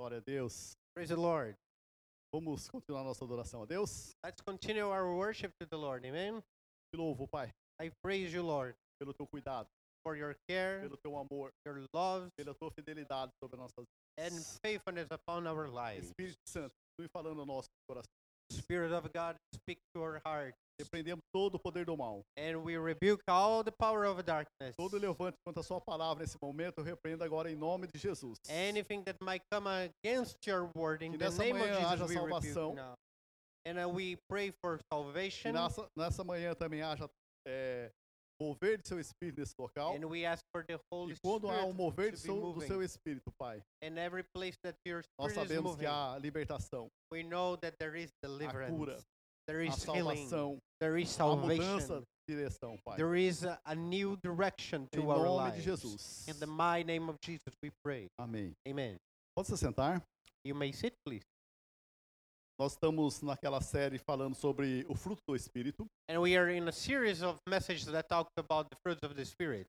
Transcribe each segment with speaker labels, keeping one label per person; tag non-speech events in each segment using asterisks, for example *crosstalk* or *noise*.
Speaker 1: Glória a Deus.
Speaker 2: Praise the Lord.
Speaker 1: Vamos continuar nossa adoração a Deus.
Speaker 2: Let's continue our worship to the Lord. Amen.
Speaker 1: Te louvo, Pai,
Speaker 2: I praise you, Lord,
Speaker 1: pelo teu cuidado,
Speaker 2: for your care,
Speaker 1: pelo teu amor,
Speaker 2: your love,
Speaker 1: pela tua fidelidade sobre nossas
Speaker 2: and faithfulness upon our
Speaker 1: vidas.
Speaker 2: lives.
Speaker 1: Espírito Santo, tu falando ao nosso coração.
Speaker 2: Spirit of God, speak to our heart,
Speaker 1: Repreendemos todo o poder do mal.
Speaker 2: and we rebuke all the power of darkness.
Speaker 1: Todo levante quanto à sua palavra nesse momento, eu repreendo agora em nome de Jesus.
Speaker 2: Anything that might come against your word, in
Speaker 1: Que
Speaker 2: the
Speaker 1: nessa
Speaker 2: name of
Speaker 1: manhã haja
Speaker 2: Jesus, we rebuke
Speaker 1: salvação.
Speaker 2: now. And uh, we pray for
Speaker 1: Que
Speaker 2: salvation,
Speaker 1: nessa, nessa manhã também haja é, mover de seu espírito nesse local.
Speaker 2: and we ask for the Holy
Speaker 1: E quando há um
Speaker 2: Spirit
Speaker 1: mover
Speaker 2: to
Speaker 1: do
Speaker 2: be
Speaker 1: seu, do
Speaker 2: moving.
Speaker 1: seu espírito, Pai,
Speaker 2: in every place that your
Speaker 1: nós
Speaker 2: spirit is
Speaker 1: sabemos que
Speaker 2: moving.
Speaker 1: há libertação,
Speaker 2: We know that there is
Speaker 1: cura,
Speaker 2: deliverance, there
Speaker 1: a
Speaker 2: is healing,
Speaker 1: salvação,
Speaker 2: there is
Speaker 1: a mudança
Speaker 2: salvation,
Speaker 1: de direção, Pai.
Speaker 2: there is a, a new direction
Speaker 1: Em
Speaker 2: to our
Speaker 1: nome de
Speaker 2: lives.
Speaker 1: Jesus.
Speaker 2: In the mighty name of Jesus, we pray.
Speaker 1: Amém.
Speaker 2: Amen.
Speaker 1: Pode se sentar.
Speaker 2: You may sit, please.
Speaker 1: Nós estamos naquela série falando sobre o fruto do Espírito,
Speaker 2: And we are in a series of messages that talk about the fruits of the Spirit.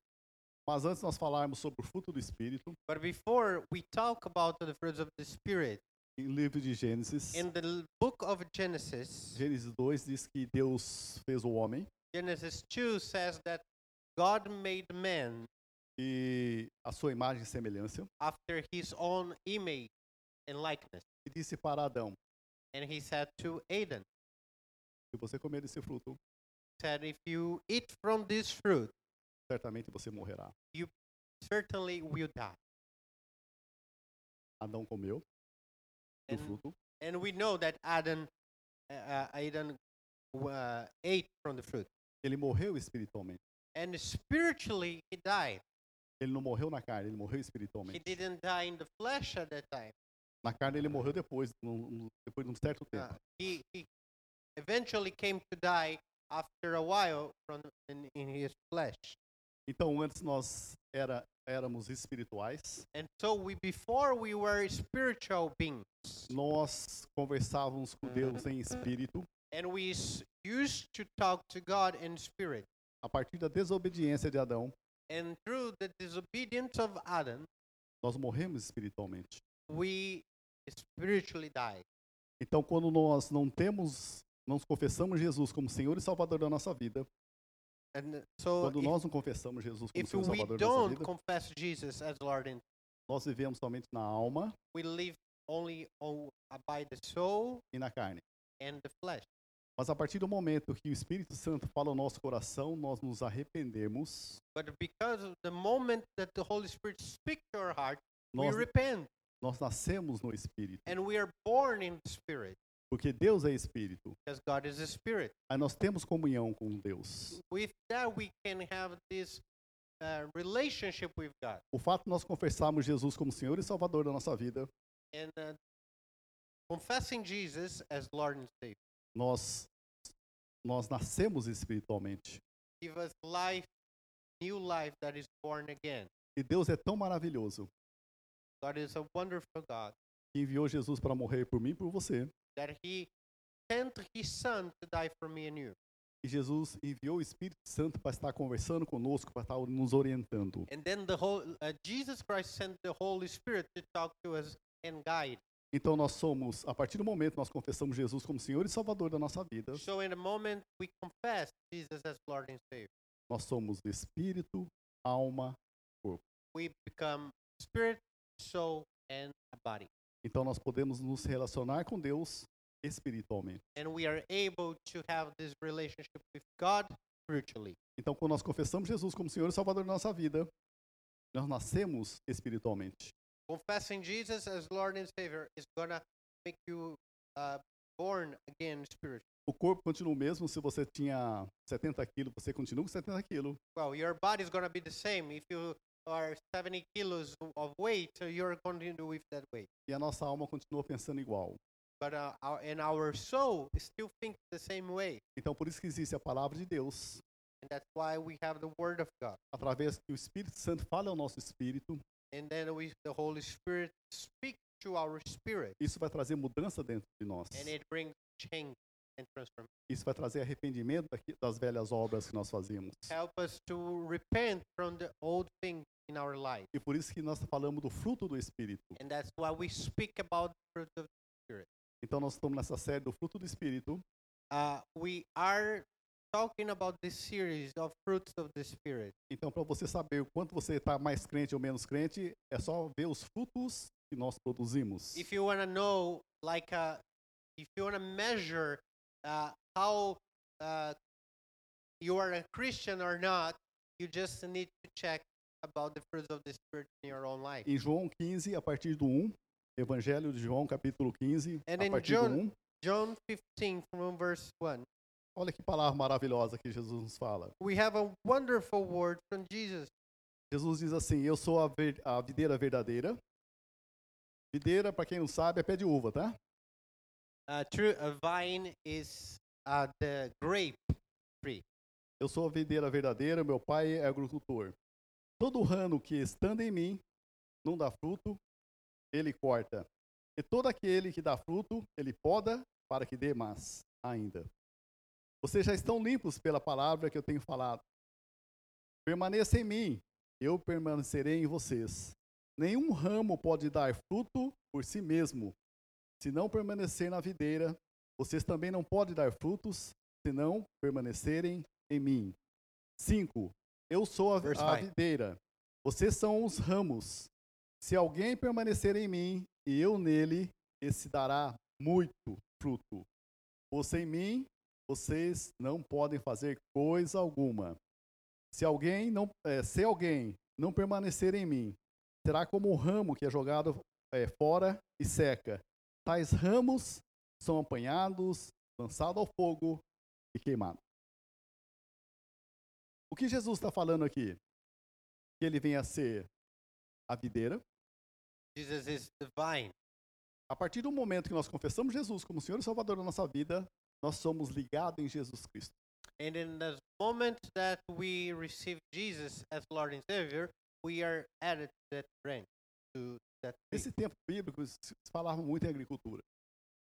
Speaker 1: mas antes nós falarmos sobre o fruto do Espírito,
Speaker 2: But before we talk about the fruits of the Spirit,
Speaker 1: em livro de Gênesis,
Speaker 2: in the l- book of Genesis,
Speaker 1: Gênesis 2 diz que Deus fez o homem
Speaker 2: Genesis 2 says that God made man
Speaker 1: e a sua imagem e semelhança
Speaker 2: after his own image and likeness.
Speaker 1: e disse para Adão:
Speaker 2: And he said to Adam,
Speaker 1: se você comer esse fruto,
Speaker 2: said, if you eat from this fruit,
Speaker 1: certamente você morrerá.
Speaker 2: certainly will die.
Speaker 1: Adão comeu do
Speaker 2: And,
Speaker 1: fruto
Speaker 2: and we know that Adam, uh, uh, Adam uh, ate from the fruit.
Speaker 1: Ele morreu espiritualmente.
Speaker 2: And spiritually, he died.
Speaker 1: Ele não morreu na carne, ele morreu
Speaker 2: He
Speaker 1: espiritualmente.
Speaker 2: didn't die in the flesh at that time.
Speaker 1: Na carne ele morreu depois, num- num- depois de um certo tempo.
Speaker 2: Uh, he, he eventually came to die after a while from in, in his flesh.
Speaker 1: Então antes nós era, éramos espirituais,
Speaker 2: And so we before we were spiritual beings,
Speaker 1: nós conversávamos com Deus em espírito.
Speaker 2: and we s- used to talk to God in spirit.
Speaker 1: A partir da desobediência de Adão,
Speaker 2: And through the disobedience of Adam,
Speaker 1: nós morremos espiritualmente.
Speaker 2: we spiritually die.
Speaker 1: Então quando nós não temos, não confessamos Jesus como Senhor e Salvador da nossa vida,
Speaker 2: And uh, so
Speaker 1: quando nós não confessamos Jesus como
Speaker 2: if, if
Speaker 1: Senhor e
Speaker 2: we
Speaker 1: Salvador da nossa
Speaker 2: don't
Speaker 1: vida,
Speaker 2: confess Jesus as Lord, and
Speaker 1: nós vivemos somente na alma
Speaker 2: we live only on, by the soul
Speaker 1: e na carne.
Speaker 2: and the flesh.
Speaker 1: Mas a partir do momento que o Espírito Santo fala ao nosso coração, nós nos arrependemos,
Speaker 2: But because of the moment that the Holy Spirit speaks to our heart,
Speaker 1: nós,
Speaker 2: we repent
Speaker 1: nós nascemos no Espírito,
Speaker 2: and we are born in the Spirit
Speaker 1: porque Deus é Espírito.
Speaker 2: because God is a Spirit.
Speaker 1: Aí nós temos comunhão com Deus.
Speaker 2: With that, we can have this uh, relationship with God.
Speaker 1: O fato de nós confessarmos Jesus como Senhor e Salvador da nossa vida,
Speaker 2: And uh, confessing Jesus as Lord and Savior
Speaker 1: nós nós nascemos espiritualmente.
Speaker 2: give us life, new life that is born again.
Speaker 1: E Deus é tão maravilhoso
Speaker 2: God is a wonderful God
Speaker 1: que enviou Jesus para morrer por mim e por você.
Speaker 2: that He sent His Son to die for me and you.
Speaker 1: E Jesus enviou o Espírito Santo para estar conversando conosco, para estar nos orientando.
Speaker 2: And then the whole uh, Jesus Christ sent the Holy Spirit to talk to us and guide.
Speaker 1: Então nós somos, a partir do momento que nós confessamos Jesus como Senhor e Salvador da nossa vida,
Speaker 2: So in the moment we confess Jesus as Lord and Savior,
Speaker 1: nós somos espírito, alma.
Speaker 2: we become spirit, soul, and a body,
Speaker 1: Então nós podemos nos relacionar com Deus espiritualmente.
Speaker 2: and we are able to have this relationship with God spiritually.
Speaker 1: Então quando nós confessamos Jesus como Senhor e Salvador da nossa vida, nós nascemos espiritualmente.
Speaker 2: Confessing Jesus as Lord and Savior is gonna make you uh, born again spiritually.
Speaker 1: O corpo continua o mesmo, se você tinha 70 quilos, você continua com 70 quilos.
Speaker 2: Well, your body is gonna be the same if you are 70 kilos of weight, so you're going to do with that weight.
Speaker 1: E a nossa alma continua pensando igual.
Speaker 2: But uh, our, and our soul still thinks the same way,
Speaker 1: Então por isso que existe a palavra de Deus,
Speaker 2: and that's why we have the Word of God.
Speaker 1: através que o Espírito Santo fala ao nosso espírito,
Speaker 2: and then we the Holy Spirit speak to our spirit,
Speaker 1: isso vai trazer mudança dentro de nós.
Speaker 2: and it brings change and transformation.
Speaker 1: Isso vai trazer
Speaker 2: É.
Speaker 1: arrependimento daqui- das velhas obras que nós fazíamos.
Speaker 2: Help us to repent from the old things in our life.
Speaker 1: E por isso que nós falamos do fruto do Espírito.
Speaker 2: And that's why we speak about the fruit of
Speaker 1: Então nós estamos nessa série do fruto do Espírito
Speaker 2: uh, we are talking about this series of fruits of the spirit
Speaker 1: Então, para você saber o quanto você está mais crente ou menos crente, é só ver os frutos que nós produzimos.
Speaker 2: if you want to know like uh, if you want to measure uh, how uh, you are a christian or not you just need to check about the fruits of the spirit in your own life
Speaker 1: Em João 15, a partir do 1, Evangelho de João, capítulo 15,
Speaker 2: And
Speaker 1: a
Speaker 2: in
Speaker 1: partir do
Speaker 2: John-
Speaker 1: 1,
Speaker 2: john 15 from verse 1
Speaker 1: olha que palavra maravilhosa que Jesus nos fala.
Speaker 2: we have a wonderful word from jesus
Speaker 1: Jesus diz assim: Eu sou a, ver, a videira verdadeira. Videira, para quem não sabe, é pé de uva, tá?
Speaker 2: uh, true a vine is uh, the grape
Speaker 1: Eu sou a videira verdadeira, meu pai é agricultor. Todo ramo que estando em mim não dá fruto, ele corta. E todo aquele que dá fruto, ele poda para que dê mais ainda. Vocês já estão limpos pela palavra que eu tenho falado. Permaneça em mim, eu permanecerei em vocês. Nenhum ramo pode dar fruto por si mesmo. Se não permanecer na videira, vocês também não podem dar frutos se não permanecerem em mim. 5. Eu sou a,
Speaker 2: Verse
Speaker 1: a
Speaker 2: five.
Speaker 1: videira. Vocês são os ramos. Se alguém permanecer em mim e eu nele, esse dará muito fruto. Pois sem mim, vocês não podem fazer coisa alguma. Se alguém não, eh, se alguém não permanecer em mim, será como o ramo que é jogado eh, fora e seca. Tais ramos são apanhados, lançados ao fogo e queimados. O que Jesus está falando aqui? Que ele vem a ser a videira.
Speaker 2: jesus is the vine
Speaker 1: A partir do momento que nós confessamos Jesus como Senhor e Salvador da nossa vida, nós somos ligados em Jesus Cristo.
Speaker 2: And in the moment that we receive Jesus as Lord and Savior, we are added to that branch, to that tree.
Speaker 1: Nesse tempo bíblico, se se falava muito em agricultura.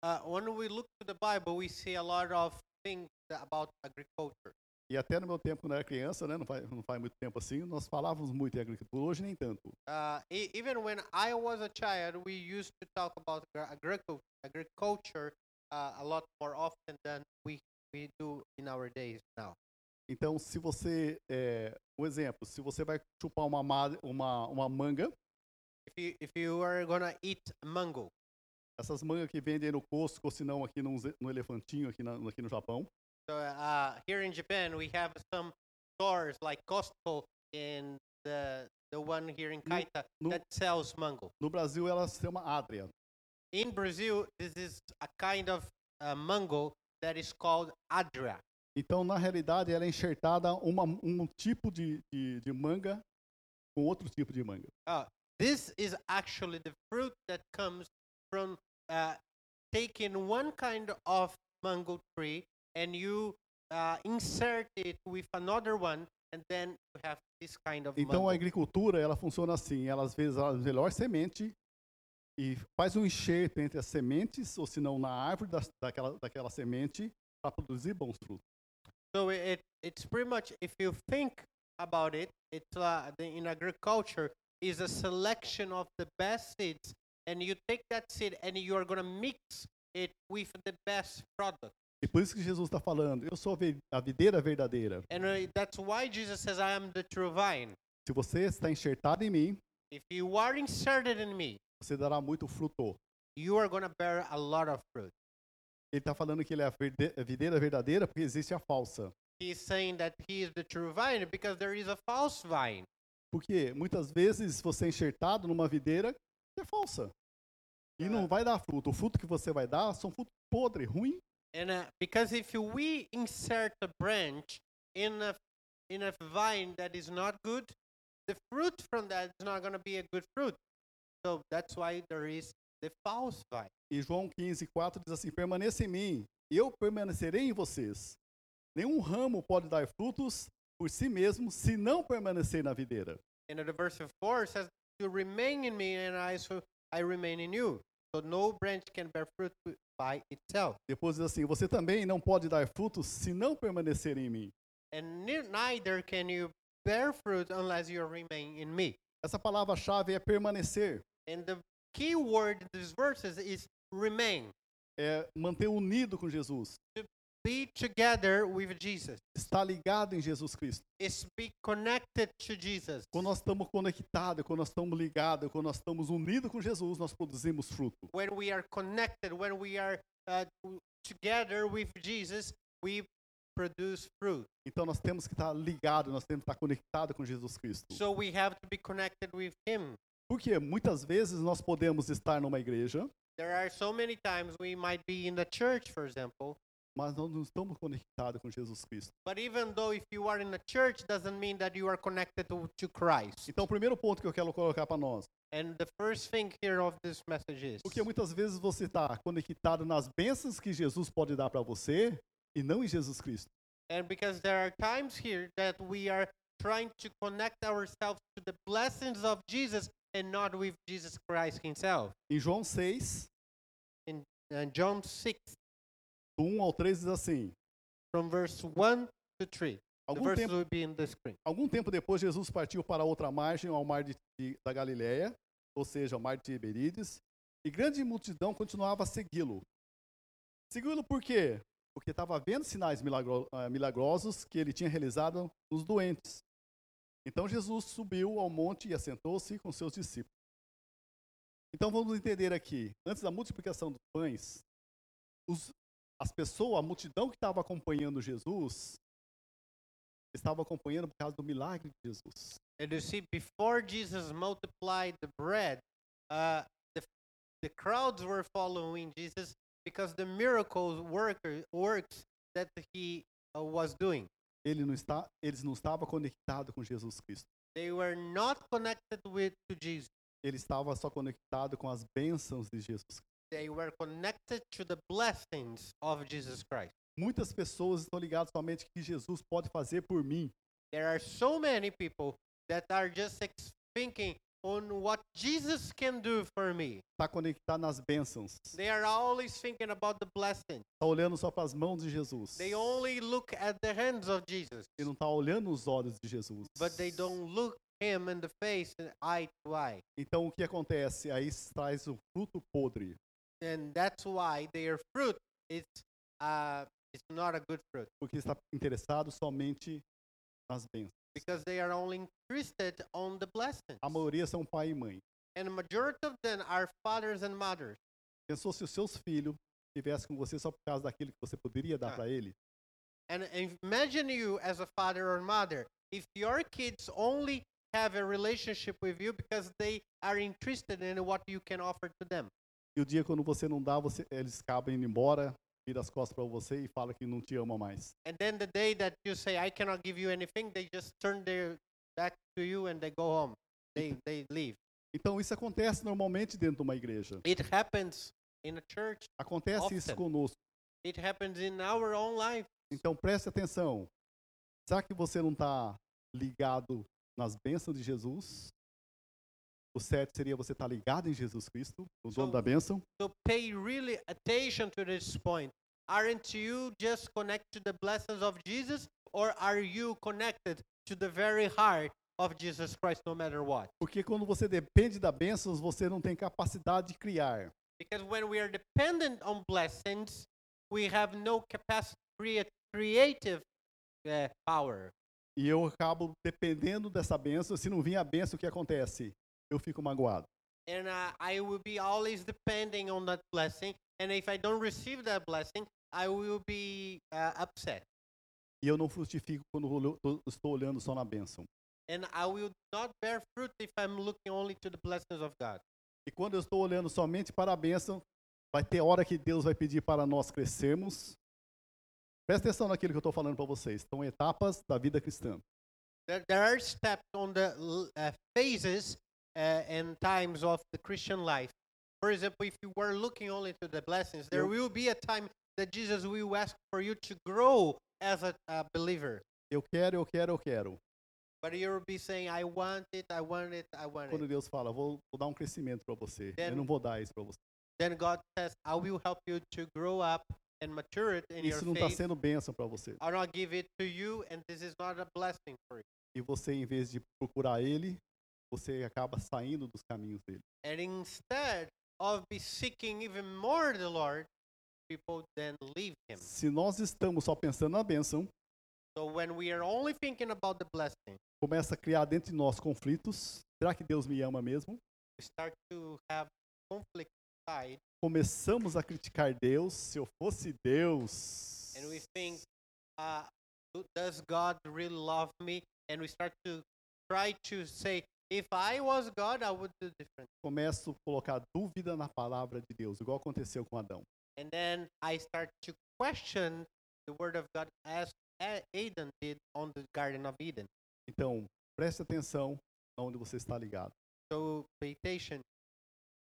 Speaker 2: Uh, when we look to the Bible, we see a lot of things tha- about agriculture.
Speaker 1: E até no meu tempo, quando eu era criança, né, não, faz, não faz muito tempo assim, nós falávamos muito em agricultura. Hoje nem tanto.
Speaker 2: Uh, e- even when I was a child, we used to talk about agri- agricu- agriculture uh, a lot more often than we, we do in our days now.
Speaker 1: Então, se você. É, um exemplo, se você vai chupar uma, ma- uma, uma manga,
Speaker 2: If you, if you are going to eat mango,
Speaker 1: essas mangas que vendem aí no Costco, ou se não aqui no, no Elefantinho, aqui, na, aqui no Japão,
Speaker 2: So uh, here in Japan, we have some stores like Costco and the the one here in
Speaker 1: No-
Speaker 2: Kaita
Speaker 1: no-
Speaker 2: that sells mango.
Speaker 1: no Brasil ela se chama ádria.
Speaker 2: In Brazil, this is a kind of uh, mango that is called adra.
Speaker 1: Então, na realidade, ela é enxertada uma, um tipo de, de, de manga com outro tipo de manga.
Speaker 2: This is actually the fruit that comes from uh, taking one kind of mango tree and you uh, insert it with another one, and then you have this kind of
Speaker 1: Então a
Speaker 2: mango.
Speaker 1: agricultura ela funciona assim, ela às vezes ela melhor semente e faz um enxerto entre as sementes, ou se não na árvore das, daquela, daquela semente, para produzir bons frutos.
Speaker 2: So i- it it's pretty much if you think about it, it's uh, the, in agriculture is a selection of the best seeds, and you take that seed and you are gonna mix it with the best product.
Speaker 1: E por isso que Jesus está falando, eu sou a ve- a videira verdadeira.
Speaker 2: And uh, that's why Jesus says, "I am the true vine."
Speaker 1: Se você está enxertado em mim,
Speaker 2: If you are inserted in me,
Speaker 1: você dará muito fruto.
Speaker 2: you are gonna bear a lot of fruit.
Speaker 1: Ele está falando que ele é a verde- a videira verdadeira porque existe a falsa.
Speaker 2: He's saying that he is the true vine because there is a false vine.
Speaker 1: Porque muitas vezes você é enxertado numa videira que é falsa. E
Speaker 2: É.
Speaker 1: não vai dar fruto. O fruto que você vai dar são fruto podre, ruim.
Speaker 2: And uh, because if you- we insert a branch in a in a vine that is not good, the fruit from that is not going to be a good fruit. So that's why there is the false vine.
Speaker 1: E João 15, 4 diz assim: Permaneça em mim, e eu permanecerei em vocês. Nenhum ramo pode dar frutos por si mesmo se não permanecer na videira.
Speaker 2: And the verse four says, "You remain in me, and I so I remain in you." So no branch can bear fruit wi- by itself,
Speaker 1: Depois diz assim: Você também não pode dar frutos se não permanecer em mim.
Speaker 2: and ne- neither can you bear fruit unless you remain in me.
Speaker 1: Essa palavra-chave é permanecer,
Speaker 2: And the key word in these verses is remain.
Speaker 1: é manter unido com Jesus,
Speaker 2: Be together with Jesus.
Speaker 1: estar ligado em Jesus Cristo.
Speaker 2: It's be connected to Jesus.
Speaker 1: Quando nós estamos conectados, quando nós estamos ligados, quando nós estamos unidos com Jesus, nós produzimos fruto.
Speaker 2: When we are connected, when we are uh, w- together with Jesus, we produce fruit.
Speaker 1: Então nós temos que estar ligados, nós temos que estar conectados com Jesus Cristo.
Speaker 2: So we have to be connected with Him.
Speaker 1: Porque muitas vezes nós podemos estar numa igreja,
Speaker 2: There are so many times we might be in the church, for example,
Speaker 1: mas nós não estamos conectados com Jesus Cristo.
Speaker 2: but even though if you are in the church, doesn't mean that you are connected to, to Christ.
Speaker 1: Então o primeiro ponto que eu quero colocar para nós,
Speaker 2: And the first thing here of this message is
Speaker 1: porque muitas vezes você está conectado nas bênçãos que Jesus pode dar para você e não em Jesus Cristo.
Speaker 2: And because there are times here that we are trying to connect ourselves to the blessings of Jesus and not with Jesus Christ himself.
Speaker 1: Em João 6,
Speaker 2: And John 6
Speaker 1: do 1 ao 3 diz assim:
Speaker 2: from verse 1 to 3. The
Speaker 1: Algum
Speaker 2: verses
Speaker 1: tempo
Speaker 2: will be in the screen.
Speaker 1: Algum tempo depois, Jesus partiu para outra margem, ao mar de, de- da Galileia, ou seja, ao mar de Tiberíades, e grande multidão continuava a segui-lo. Segui-lo por quê? Porque estava vendo sinais milagro- ah, milagrosos que ele tinha realizado nos doentes. Então Jesus subiu ao monte e assentou-se com seus discípulos. Então vamos entender aqui, antes da multiplicação dos pães, os, as pessoas, a multidão que estava acompanhando Jesus, estava acompanhando por causa do milagre de Jesus.
Speaker 2: And you see, before Jesus multiplied the bread, uh, the, the crowds were following Jesus because the miracles worker, works that he uh, was doing.
Speaker 1: Ele não está, eles não estavam conectados com Jesus Cristo.
Speaker 2: They were not connected with to Jesus.
Speaker 1: Ele estava só conectado com as bênçãos de Jesus. Cristo.
Speaker 2: they were connected to the blessings of Jesus Christ.
Speaker 1: Muitas pessoas estão ligadas somente que Jesus pode fazer por mim.
Speaker 2: There are so many people that are just ex- thinking on what Jesus can do for me.
Speaker 1: Está Tá conectado nas bênçãos. Está
Speaker 2: They are always thinking about the blessing.
Speaker 1: olhando só para as mãos de Jesus.
Speaker 2: They
Speaker 1: E
Speaker 2: only look at the hands of Jesus,
Speaker 1: não está olhando os olhos de Jesus.
Speaker 2: but they don't look him in the face and eye to eye.
Speaker 1: Então o que acontece? Aí traz o fruto podre,
Speaker 2: And that's why their fruit is uh, it's not a good fruit
Speaker 1: porque está interessado somente nas bênçãos.
Speaker 2: because they are only interested on the blessings.
Speaker 1: A maioria são pai e mãe.
Speaker 2: And the majority of them are fathers and mothers.
Speaker 1: Pensou se os seus filhos estivessem com você só por causa daquilo que você poderia dar
Speaker 2: Ah.
Speaker 1: para ele?
Speaker 2: And imagine you as a father or mother, if your kids only have a relationship with you because they are interested in what you can offer to them.
Speaker 1: E o dia quando você não dá, você, eles acabam indo embora, viram as costas para você e falam que não te ama mais.
Speaker 2: And then the day that you say, I cannot give you anything, they just turn their back to you and they go home. They, they leave.
Speaker 1: Então isso acontece normalmente dentro de uma igreja.
Speaker 2: It happens in a church,
Speaker 1: Acontece isso
Speaker 2: Often.
Speaker 1: conosco.
Speaker 2: it happens in our own life.
Speaker 1: Então preste atenção. Será que você não está ligado nas bênçãos de Jesus? O certo seria você estar ligado em Jesus Cristo, o dono
Speaker 2: Então-
Speaker 1: da bênção.
Speaker 2: So pay really attention to this point. Aren't you just connected to the blessings of Jesus, or are you connected to the very heart of Jesus Christ no matter what?
Speaker 1: Porque quando você depende da bênção, você não tem capacidade de criar.
Speaker 2: Because when we are dependent on blessings, we have no capacity create, creative uh, power.
Speaker 1: e eu acabo dependendo dessa benção. Se não vir a benção, o que acontece? Eu fico magoado.
Speaker 2: And uh, I will be always depending on that blessing. And if I don't receive that blessing, I will be uh, upset.
Speaker 1: E eu não frutifico quando olho- tô- estou olhando só na benção.
Speaker 2: And I will not bear fruit if I'm looking only to the blessings of God.
Speaker 1: E quando eu estou olhando somente para a benção, vai ter hora que Deus vai pedir para nós crescermos. Presta atenção naquilo que eu estou falando para vocês. São etapas da vida cristã.
Speaker 2: there, there are steps on the l- uh, phases uh, and times of the Christian life. For example, if you were looking only to the blessings, there
Speaker 1: Yep.
Speaker 2: will be a time that Jesus will ask for you to grow as a, a believer.
Speaker 1: Eu quero, eu quero, eu quero.
Speaker 2: But you will be saying, I want it, I want it, I want
Speaker 1: Quando
Speaker 2: it.
Speaker 1: Deus fala, vou, vou dar um crescimento para você. Eu
Speaker 2: Then-
Speaker 1: não vou dar isso para você.
Speaker 2: Then God says, I will help you to grow up and mature it in
Speaker 1: Isso não
Speaker 2: your
Speaker 1: está
Speaker 2: faith.
Speaker 1: sendo benção para você.
Speaker 2: I'll not give it to you, and this is not a blessing for you.
Speaker 1: E você, em vez de procurar Ele, você acaba saindo dos caminhos dele.
Speaker 2: And instead of be seeking even more the Lord, people then leave him.
Speaker 1: Se nós estamos só pensando na bênção,
Speaker 2: So when we are only thinking about the blessing,
Speaker 1: começa a criar dentro de nós conflitos. Será que Deus me ama mesmo?
Speaker 2: we start to have conflict inside
Speaker 1: Começamos a criticar Deus. Se eu fosse Deus,
Speaker 2: and we think, uh, do- does God really love me? And we start to try to say, if I was God, I would do different.
Speaker 1: começo a colocar dúvida na palavra de Deus, igual aconteceu com Adão.
Speaker 2: And then I start to question the word of God as A- Adam did on the Garden of Eden.
Speaker 1: Então, preste atenção onde você está ligado.
Speaker 2: So pay attention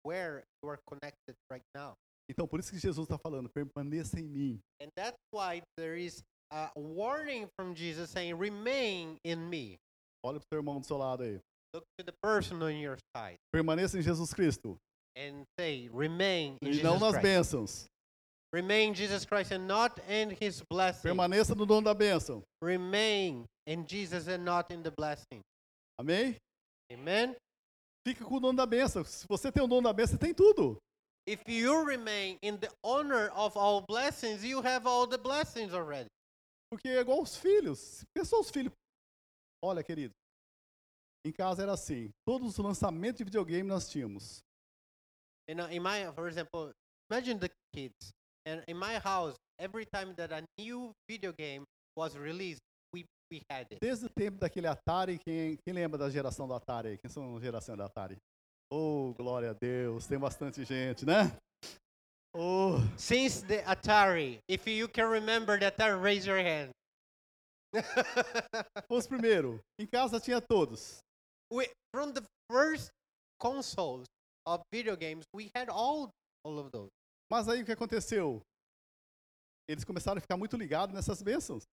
Speaker 2: where you are connected right now.
Speaker 1: Então, por isso que Jesus está falando: permaneça em mim.
Speaker 2: And that's why there is a warning from Jesus saying, remain in me.
Speaker 1: Olha para o seu irmão do seu lado aí.
Speaker 2: Look to the person on your side
Speaker 1: Permaneça em Jesus Cristo
Speaker 2: and say, remain in
Speaker 1: e não
Speaker 2: Jesus
Speaker 1: nas
Speaker 2: Christ.
Speaker 1: bênçãos.
Speaker 2: Remain Jesus Christ and not in his blessing.
Speaker 1: Permaneça no dono da bênção.
Speaker 2: Remain in Jesus and not in the blessing.
Speaker 1: Amém?
Speaker 2: Amen?
Speaker 1: Fica com o dono da bênção. Se você tem o dono da bênção, você tem tudo.
Speaker 2: If you remain in the honor of all blessings, you have all the blessings already.
Speaker 1: Porque é igual os filhos. Pensou os filhos. Olha, querido. Em casa era assim. Todos os lançamentos de videogame nós tínhamos.
Speaker 2: You know, in my, for example, imagine the kids. And in my house, every time that a new video game was released, we, we had it.
Speaker 1: Desde o tempo daquele Atari, quem, quem lembra da geração do Atari? aí? Quem são a geração da Atari? Oh, glória a Deus, tem bastante gente, né? Oh,
Speaker 2: Since the Atari, if you can remember the Atari, raise your hand. *laughs*
Speaker 1: os primeiro. Em casa tinha todos.
Speaker 2: we, from the first consoles of video games, we had all all of those.
Speaker 1: Mas aí o que aconteceu? Eles começaram a ficar muito ligados nessas bênçãos.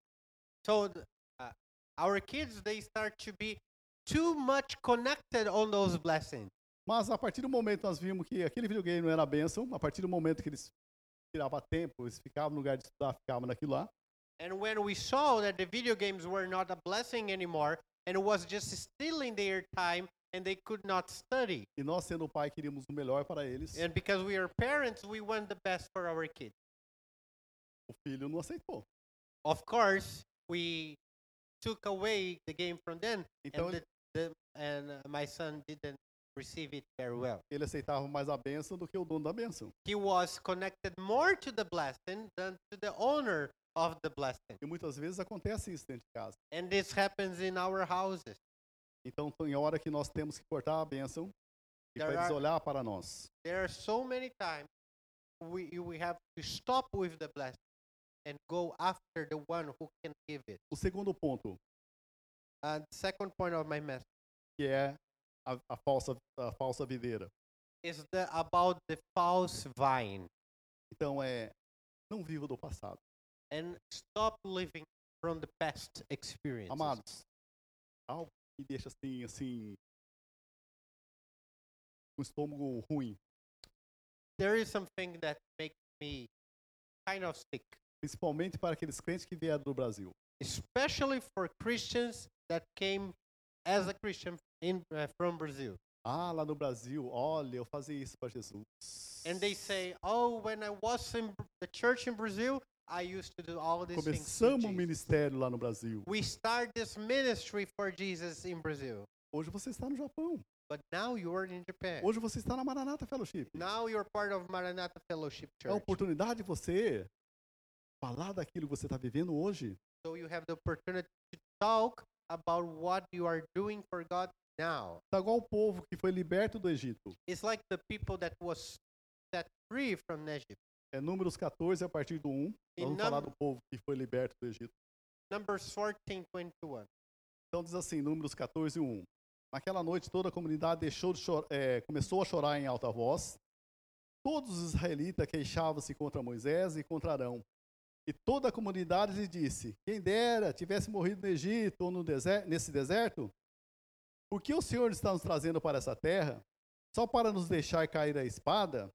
Speaker 2: So th- uh, our kids they start to be too much connected on those blessings.
Speaker 1: Mas a partir do momento que nós vimos que aquele videogame não era bênção, a partir do momento que eles tiravam tempo, eles ficavam no lugar de estudar, ficavam naquilo lá,
Speaker 2: And when we saw that the video games were not a blessing anymore and it was just stealing their time and they could not study.
Speaker 1: e nós, sendo o pai, queríamos o melhor para eles,
Speaker 2: And because we are parents, we want the best for our kids.
Speaker 1: o filho não aceitou.
Speaker 2: Of course, we took away the game from them
Speaker 1: Então
Speaker 2: and, the, the, and uh, my son didn't receive it very well.
Speaker 1: ele aceitava mais a bênção do que o dono da bênção.
Speaker 2: He was connected more to the blessing than to the honor of the blessing.
Speaker 1: E muitas vezes acontece isso dentro de casa.
Speaker 2: And this happens in our houses.
Speaker 1: Então tem hora que nós temos que cortar a bênção e
Speaker 2: There
Speaker 1: para eles
Speaker 2: are-
Speaker 1: olhar para nós.
Speaker 2: There are so many times we you- we have to stop with the blessing and go after the one who can give it.
Speaker 1: O segundo ponto,
Speaker 2: And the second point of my message
Speaker 1: que é a, a falsa, a falsa videira.
Speaker 2: is the about the false vine
Speaker 1: Então é, não viva do passado.
Speaker 2: and stop living from the past experiences.
Speaker 1: Amados, algo que deixa assim, assim, com o estômago ruim,
Speaker 2: There is something that makes me kind of sick,
Speaker 1: principalmente para aqueles crentes que vieram do Brasil.
Speaker 2: especially for Christians that came as a Christian in uh, from Brazil.
Speaker 1: Ah, lá no Brasil, olha, eu fazia isso para Jesus.
Speaker 2: and they say, "Oh, when I was in Br- the church in Brazil, I used to do all these things." for
Speaker 1: Começamos o
Speaker 2: Jesus."
Speaker 1: ministério lá no Brasil.
Speaker 2: We start this ministry for Jesus in Brazil,
Speaker 1: Hoje você está no Japão.
Speaker 2: but now you are in Japan.
Speaker 1: Hoje você está na Maranata Fellowship.
Speaker 2: Now you're part of Maranatha Fellowship
Speaker 1: É um a
Speaker 2: Church,
Speaker 1: oportunidade de você falar daquilo que você está vivendo hoje.
Speaker 2: so you have the opportunity to talk about what you are doing for God now.
Speaker 1: Está Tá igual o povo que foi liberto do Egito.
Speaker 2: It's like the people that was set free from Egypt.
Speaker 1: É Números 14, a partir do 1. Nós
Speaker 2: Em
Speaker 1: vamos falar
Speaker 2: Num-
Speaker 1: do povo que foi liberto do Egito.
Speaker 2: Numbers 14, 21.
Speaker 1: Então diz assim, Números 14, 1. Naquela noite toda a comunidade deixou de chor- eh, começou a chorar em alta voz. Todos os israelitas queixavam-se contra Moisés e contra Arão. E toda a comunidade lhe disse: Quem dera tivesse morrido no Egito ou no deser- nesse deserto? Por que o Senhor está nos trazendo para essa terra? Só para nos deixar cair a espada?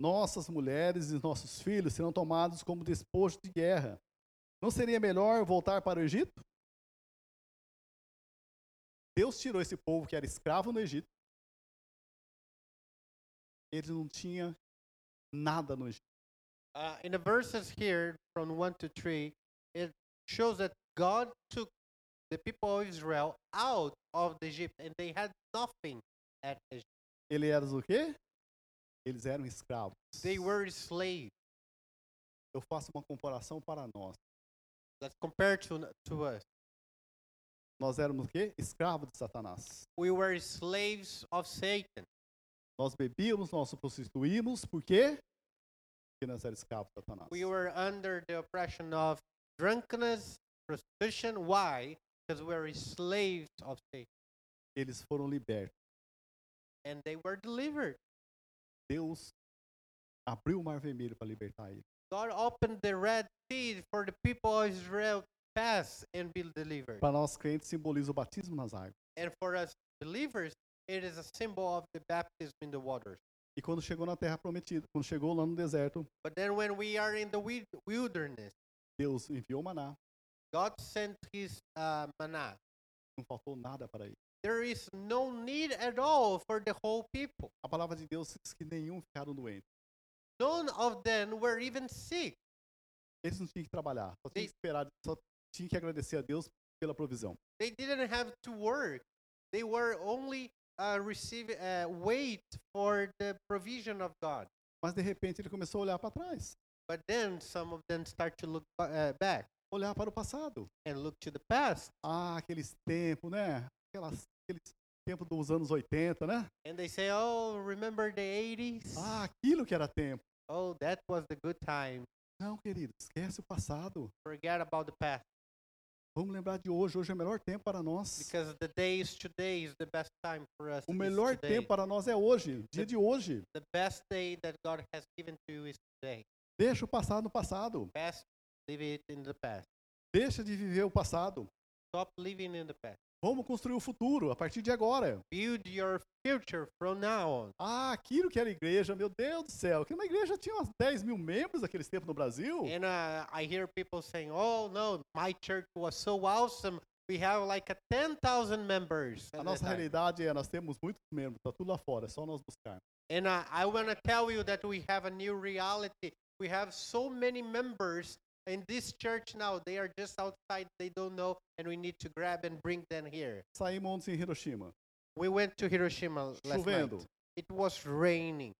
Speaker 1: Nossas mulheres e nossos filhos serão tomados como despojo de guerra. Não seria melhor voltar para o Egito? Deus tirou esse povo que era escravo no Egito. Ele não tinha nada no Egito.
Speaker 2: Uh, in the verses here from 1 to 3, it shows that God took the people of Israel out of the Egypt and they had nothing at Egypt.
Speaker 1: Ele era o quê? Eles eram escravos.
Speaker 2: They were slaves.
Speaker 1: Eu faço uma comparação para nós.
Speaker 2: That's compared to, to us.
Speaker 1: Nós éramos o quê? Escravos de Satanás.
Speaker 2: We were slaves of Satan.
Speaker 1: Nós bebíamos, nós nos prostituímos, por quê? Porque nós éramos escravos de Satanás.
Speaker 2: We were under the oppression of drunkenness, prostitution. Why? Because we were slaves of Satan.
Speaker 1: Eles foram libertos.
Speaker 2: And they were delivered.
Speaker 1: Deus abriu o mar vermelho para libertar eles.
Speaker 2: God opened the Red Sea for the people of Israel to pass and be delivered.
Speaker 1: Para nós crentes simboliza o batismo nas águas.
Speaker 2: And for us believers, it is a symbol of the baptism in the waters.
Speaker 1: E quando chegou na terra prometida, quando chegou lá no deserto,
Speaker 2: But then when we are in the wi- wilderness,
Speaker 1: Deus enviou maná,
Speaker 2: God sent his uh, manna.
Speaker 1: não faltou nada para ele.
Speaker 2: There is no need at all for the whole people.
Speaker 1: A palavra de Deus diz que nenhum ficaram doente.
Speaker 2: None of them were even sick.
Speaker 1: Eles não tinham que trabalhar, só tinham
Speaker 2: Sim.
Speaker 1: que esperar, só tinham que agradecer a Deus pela provisão.
Speaker 2: They didn't have to work. They were only uh, receive uh, wait for the provision of God.
Speaker 1: Mas de repente ele começou a olhar para trás,
Speaker 2: But then some of them start to look ba- uh, back
Speaker 1: olhar para o passado.
Speaker 2: and look to the past,
Speaker 1: Ah, aqueles tempos, né? Aquelas, aqueles tempos dos anos 80, né?
Speaker 2: and they say, "Oh, remember the '80s?
Speaker 1: Ah, aquilo que era tempo.
Speaker 2: Oh, that was the good time.
Speaker 1: Não, querido, esquece o passado.
Speaker 2: Forget about the past,
Speaker 1: Vamos lembrar de hoje. Hoje é o melhor tempo para nós.
Speaker 2: because the day is today is the best time for us.
Speaker 1: O
Speaker 2: is
Speaker 1: melhor
Speaker 2: today.
Speaker 1: tempo para nós é hoje, dia de hoje.
Speaker 2: the best day that God has given to you is today.
Speaker 1: Deixa o passado no passado.
Speaker 2: Past, leave it in the past.
Speaker 1: Deixa de viver o passado.
Speaker 2: Stop living in the past.
Speaker 1: Vamos construir o futuro a partir de agora.
Speaker 2: Build your future from now on.
Speaker 1: Ah, aquilo que era igreja, meu Deus do céu. Aquela igreja tinha umas 10 mil membros naqueles tempos no Brasil.
Speaker 2: And uh, I hear people saying, "Oh no, my church was so awesome. We have like a 10,000 members." uh,
Speaker 1: A
Speaker 2: at
Speaker 1: nossa
Speaker 2: the time."
Speaker 1: realidade é, nós temos muitos membros, está tudo lá fora, é só nós buscar.
Speaker 2: And uh, I want to tell you that we have a new reality. We have so many members in this church now. They are just outside. They don't know, and we need to grab and bring them here.
Speaker 1: Saímos ontem em Hiroshima,
Speaker 2: We went to Hiroshima last
Speaker 1: chovendo,
Speaker 2: night. It was raining,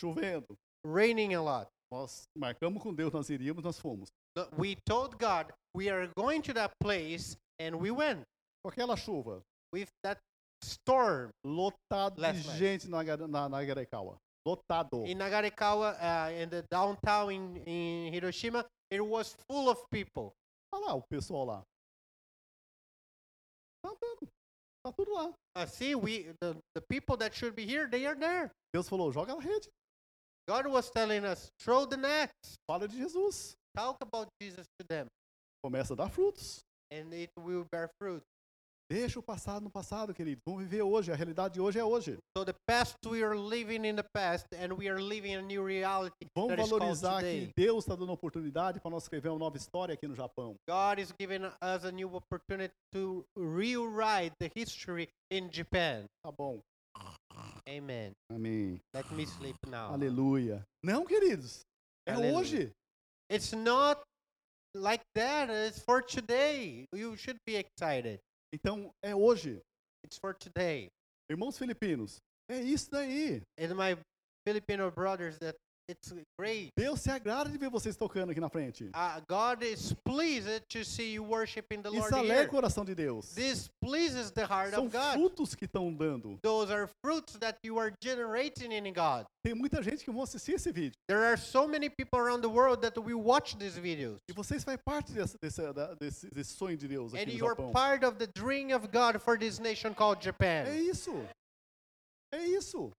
Speaker 1: chovendo.
Speaker 2: raining a lot.
Speaker 1: Nós marcamos com Deus, nós iríamos, nós fomos.
Speaker 2: But we told God we are going to that place, and we went
Speaker 1: Com aquela chuva,
Speaker 2: with that storm
Speaker 1: lotado de
Speaker 2: Last night.
Speaker 1: gente na, Gara- na, na Garekawa. Lotado.
Speaker 2: in Nagarekawa uh, in the downtown in, in Hiroshima. It was full of people.
Speaker 1: Olha lá o pessoal lá. Tá andando. Tá tudo lá.
Speaker 2: Uh, see, we the, the people that should be here, they are there.
Speaker 1: Deus falou, joga na rede.
Speaker 2: God was telling us, throw the nets,
Speaker 1: Fala de Jesus.
Speaker 2: talk about Jesus to them,
Speaker 1: Começa a dar frutos.
Speaker 2: and it will bear fruit.
Speaker 1: Deixa o passado no passado, querido. Vamos viver hoje. A realidade de hoje é hoje.
Speaker 2: So the past we are living in the past, and we are living a new reality
Speaker 1: Vamos
Speaker 2: that is called
Speaker 1: valorizar
Speaker 2: today.
Speaker 1: que Deus está dando oportunidade para nós escrever uma nova história aqui no Japão.
Speaker 2: God is giving us a new opportunity to rewrite the history in Japan.
Speaker 1: Tá bom.
Speaker 2: Amen.
Speaker 1: Amém.
Speaker 2: Let me sleep now.
Speaker 1: Aleluia. Não, queridos. É
Speaker 2: Ah. Aleluia.
Speaker 1: hoje.
Speaker 2: It's not like that. It's for today. You should be excited.
Speaker 1: Então, é hoje.
Speaker 2: It's for today.
Speaker 1: Irmãos filipinos, é isso daí.
Speaker 2: and my Filipino brothers that it's great.
Speaker 1: Deus se agrada de ver vocês tocando aqui na frente.
Speaker 2: Uh, God is pleased to see you worshiping the Lord
Speaker 1: Isso
Speaker 2: here.
Speaker 1: alegra o coração de Deus.
Speaker 2: This pleases the heart
Speaker 1: São
Speaker 2: of God.
Speaker 1: frutos que estão dando.
Speaker 2: Those are fruits that you are generating in God.
Speaker 1: Tem muita gente que vão assistir esse vídeo.
Speaker 2: There are so many people around the world that will watch these videos.
Speaker 1: E vocês fazem parte dessa- dessa- da- desse, desse sonho de Deus
Speaker 2: And
Speaker 1: aqui no
Speaker 2: you are
Speaker 1: Japão.
Speaker 2: part of the dream of God for this nation called
Speaker 1: É
Speaker 2: Japan.
Speaker 1: isso. É isso.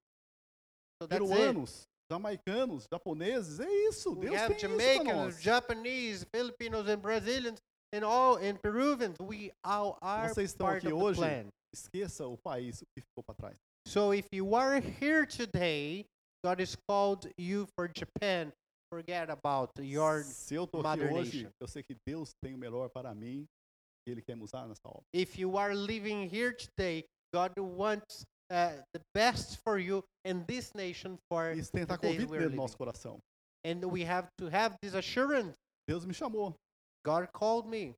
Speaker 2: So that's it.
Speaker 1: Peruanos, jamaicanos, japoneses, é isso.
Speaker 2: We
Speaker 1: Deus tem
Speaker 2: have
Speaker 1: isso pra
Speaker 2: Jamaicans,
Speaker 1: nós.
Speaker 2: Japanese, Filipinos, and Brazilians, and all, and Peruvians. We all are
Speaker 1: Vocês estão
Speaker 2: part
Speaker 1: aqui
Speaker 2: of the
Speaker 1: hoje.
Speaker 2: plan.
Speaker 1: Esqueça o país o que ficou para trás.
Speaker 2: So if you are here today, God has called you for Japan. Forget about your
Speaker 1: Se eu tô aqui
Speaker 2: mother
Speaker 1: hoje,
Speaker 2: nation.
Speaker 1: eu sei que Deus tem o melhor para mim que Ele quer nos dar nessa obra.
Speaker 2: If you are living here today, God wants uh, the best for you and this nation for
Speaker 1: Esse tentar
Speaker 2: the day
Speaker 1: convite dentro
Speaker 2: we're
Speaker 1: do
Speaker 2: living.
Speaker 1: nosso coração.
Speaker 2: And we have to have this assurance.
Speaker 1: Deus me chamou.
Speaker 2: God called me.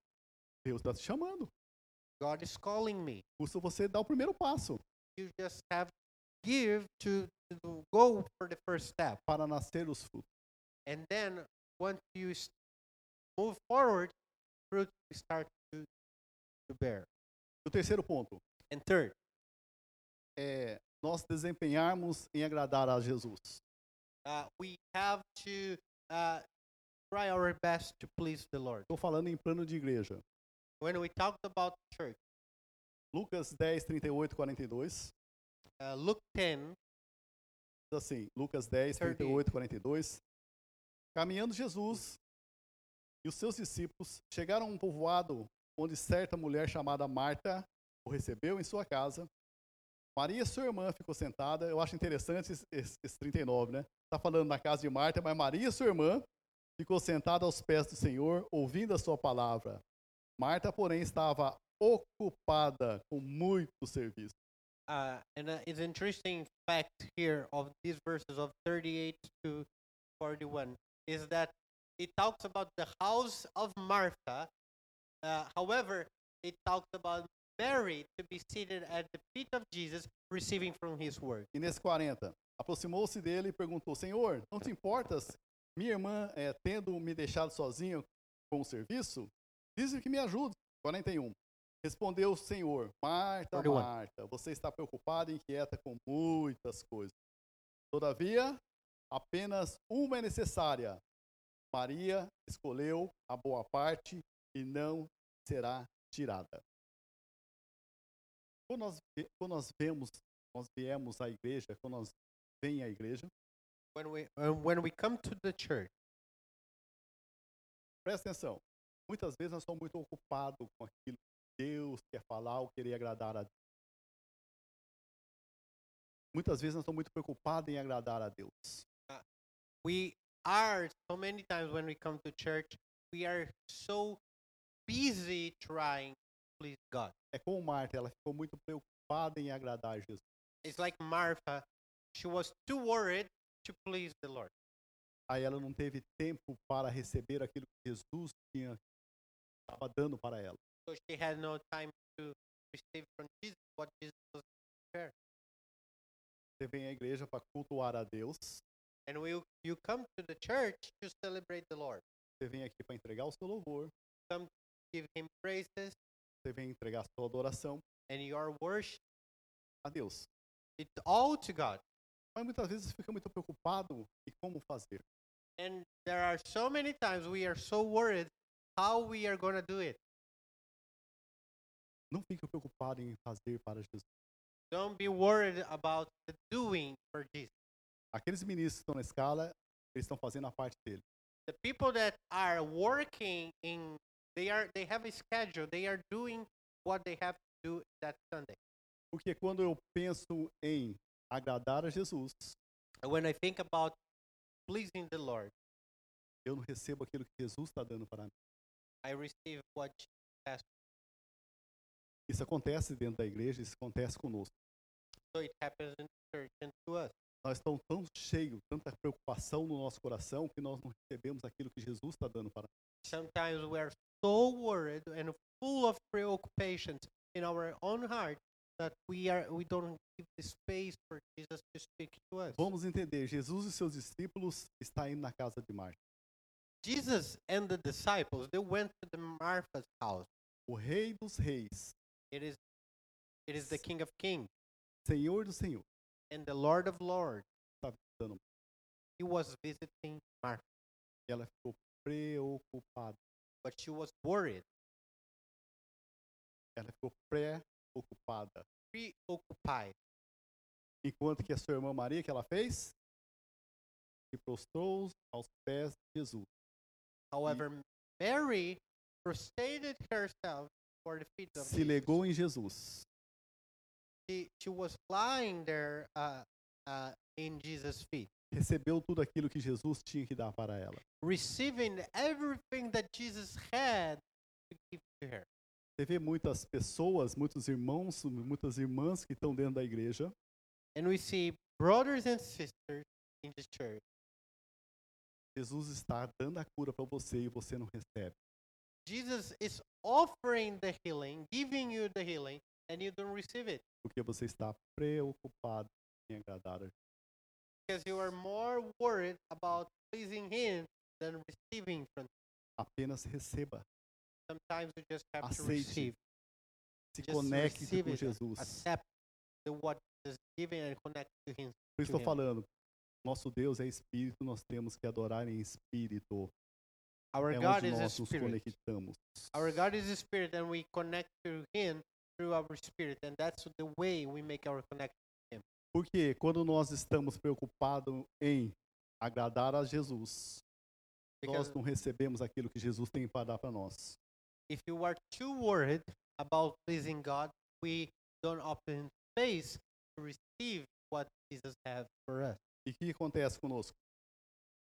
Speaker 1: Deus está te chamando.
Speaker 2: God is calling me.
Speaker 1: Custa você dar o primeiro passo
Speaker 2: You just have to give to, to go for the first step.
Speaker 1: para nascer os frutos.
Speaker 2: And then once you s- move forward, fruit will start to, to bear.
Speaker 1: O terceiro ponto
Speaker 2: And third,
Speaker 1: é nós desempenharmos em agradar a Jesus.
Speaker 2: uh, we have to uh, try our best to please the Lord.
Speaker 1: Estou falando em plano de igreja.
Speaker 2: When we talked about church,
Speaker 1: Lucas 10, 38 42.
Speaker 2: uh, Luke 10,
Speaker 1: Diz assim, Lucas 10, 38, 42. Caminhando Jesus e os seus discípulos chegaram a um povoado onde certa mulher chamada Marta o recebeu em sua casa. Maria, sua irmã, ficou sentada. Eu acho interessante esse- esse esse 39, né? Está falando na casa de Marta, mas Maria, sua irmã, ficou sentada aos pés do Senhor, ouvindo a sua palavra. Marta, porém, estava ocupada com muito serviço.
Speaker 2: uh, and uh, it's interesting fact here of these verses of 38 to 41 is that it talks about the house of Martha. Uh, however, it talks about Mary to be seated at the feet of Jesus, receiving from His word.
Speaker 1: E nesse 40, aproximou-se dele e perguntou: Senhor, não te importas, minha irmã, eh, tendo me deixado sozinha com o serviço, diz-lhe que me ajude. 41. Respondeu o Senhor: Marta,
Speaker 2: 41.
Speaker 1: Marta, você está preocupada e inquieta com muitas coisas. Todavia, apenas uma é necessária. Maria escolheu a boa parte e não será tirada. Quando nós, ve- quando nós vemos nós viemos à igreja, quando nós vem à igreja,
Speaker 2: When we uh, when we come to the church,
Speaker 1: presta atenção. Muitas vezes nós somos muito ocupados com aquilo que Deus quer falar ou querer agradar a Deus. Muitas vezes nós estamos muito preocupados em agradar a Deus.
Speaker 2: we are so many times when we come to church, we are so busy trying to please God.
Speaker 1: É como Marta, ela ficou muito preocupada em agradar Jesus.
Speaker 2: It's like Martha, she was too worried to please the Lord.
Speaker 1: Aí ela não teve tempo para receber aquilo que Jesus tinha estava dando para ela.
Speaker 2: So she had no time to receive from Jesus what Jesus was.
Speaker 1: Você vem à igreja para cultuar a Deus.
Speaker 2: And we, you come to the church to celebrate the Lord,
Speaker 1: Você vem aqui para entregar o seu louvor.
Speaker 2: give him praises,
Speaker 1: Você vem entregar a sua adoração
Speaker 2: and your worship.
Speaker 1: a Deus.
Speaker 2: It's all to God.
Speaker 1: Mas muitas vezes fica muito preocupado em como fazer.
Speaker 2: And there are so many times we are so worried how we are going to do it.
Speaker 1: Não fique preocupado em fazer para Jesus.
Speaker 2: Don't be worried about the doing for Jesus.
Speaker 1: Aqueles ministros que estão na escala, eles estão fazendo a parte dele.
Speaker 2: The people that are working in, they are they have a schedule. They are doing what they have to do that Sunday.
Speaker 1: Porque quando eu penso em agradar a Jesus,
Speaker 2: And when I think about pleasing the Lord,
Speaker 1: eu não recebo aquilo que Jesus está dando para mim.
Speaker 2: I receive what Jesus has.
Speaker 1: Isso acontece dentro da igreja, isso acontece conosco.
Speaker 2: So it happens in the church and to us.
Speaker 1: Nós estamos tão cheios, tanta preocupação no nosso coração, que nós não recebemos aquilo que Jesus está dando para nós.
Speaker 2: Sometimes we are so worried and full of preoccupations in our own heart that we are we don't give the space for Jesus to speak to us.
Speaker 1: Vamos entender, Jesus e seus discípulos está indo na casa de Marta.
Speaker 2: Jesus and the disciples they went to the Martha's house.
Speaker 1: O rei dos reis,
Speaker 2: It is it is the King of Kings
Speaker 1: Senhor do Senhor,
Speaker 2: and the Lord of Lords.
Speaker 1: está dando
Speaker 2: He was visiting Martha,
Speaker 1: E ela ficou preocupada.
Speaker 2: but she was worried,
Speaker 1: Ela ficou preocupada.
Speaker 2: preoccupied.
Speaker 1: Enquanto que a sua irmã Maria, que ela fez? Se prostrou aos pés de Jesus.
Speaker 2: However, Mary prostrated herself for the feet of
Speaker 1: Se
Speaker 2: Jesus.
Speaker 1: legou em Jesus.
Speaker 2: she, she was lying there uh, uh, in Jesus' feet,
Speaker 1: Recebeu tudo aquilo que Jesus tinha que dar para ela.
Speaker 2: receiving everything that Jesus had to give to her.
Speaker 1: Você vê muitas pessoas, muitos irmãos, muitas irmãs que estão dentro da igreja,
Speaker 2: and we see brothers and sisters in the church.
Speaker 1: Jesus está dando a cura para você e você não recebe.
Speaker 2: Jesus is offering the healing, giving you the healing, and you don't receive it
Speaker 1: Porque você está preocupado em agradar a Deus.
Speaker 2: because you are more worried about pleasing Him than receiving from Him.
Speaker 1: Apenas receba.
Speaker 2: Sometimes you just have to
Speaker 1: Aceite.
Speaker 2: receive.
Speaker 1: Se
Speaker 2: Just
Speaker 1: conecte
Speaker 2: receive
Speaker 1: com
Speaker 2: it,
Speaker 1: Jesus.
Speaker 2: Accept the what is given and connect to Him.
Speaker 1: Por isso estou
Speaker 2: Him.
Speaker 1: falando. Nosso Deus é espírito, nós temos que adorar em espírito.
Speaker 2: Our
Speaker 1: É
Speaker 2: God
Speaker 1: onde
Speaker 2: is a
Speaker 1: nós nos
Speaker 2: spirit.
Speaker 1: conectamos.
Speaker 2: Our God is a spirit, and we connect to Him through our spirit, and that's the way we make our connection.
Speaker 1: Porque quando nós estamos preocupados em agradar a Jesus,
Speaker 2: Because
Speaker 1: nós não recebemos aquilo que Jesus tem para dar para nós.
Speaker 2: if you are too worried about pleasing God, we don't open space to receive what Jesus has for us.
Speaker 1: E o que acontece conosco?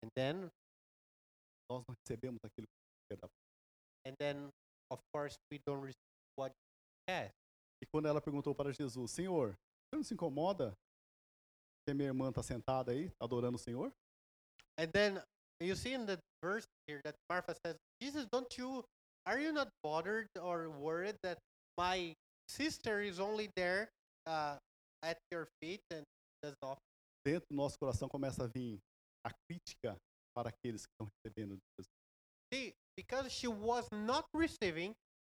Speaker 2: And then,
Speaker 1: Nós não recebemos aquilo que Jesus tem para dar.
Speaker 2: and then, of course, we don't receive what He has.
Speaker 1: E quando ela perguntou para Jesus, Senhor, você não se incomoda que a minha irmã está sentada aí, adorando o Senhor?
Speaker 2: And then you see in the verse here that Martha says, Jesus, don't you, are you not bothered or worried that my sister is only there uh, at your feet and does not?
Speaker 1: Dentro do nosso coração começa a vir a crítica para aqueles que estão recebendo de Jesus.
Speaker 2: See, because she was not receiving,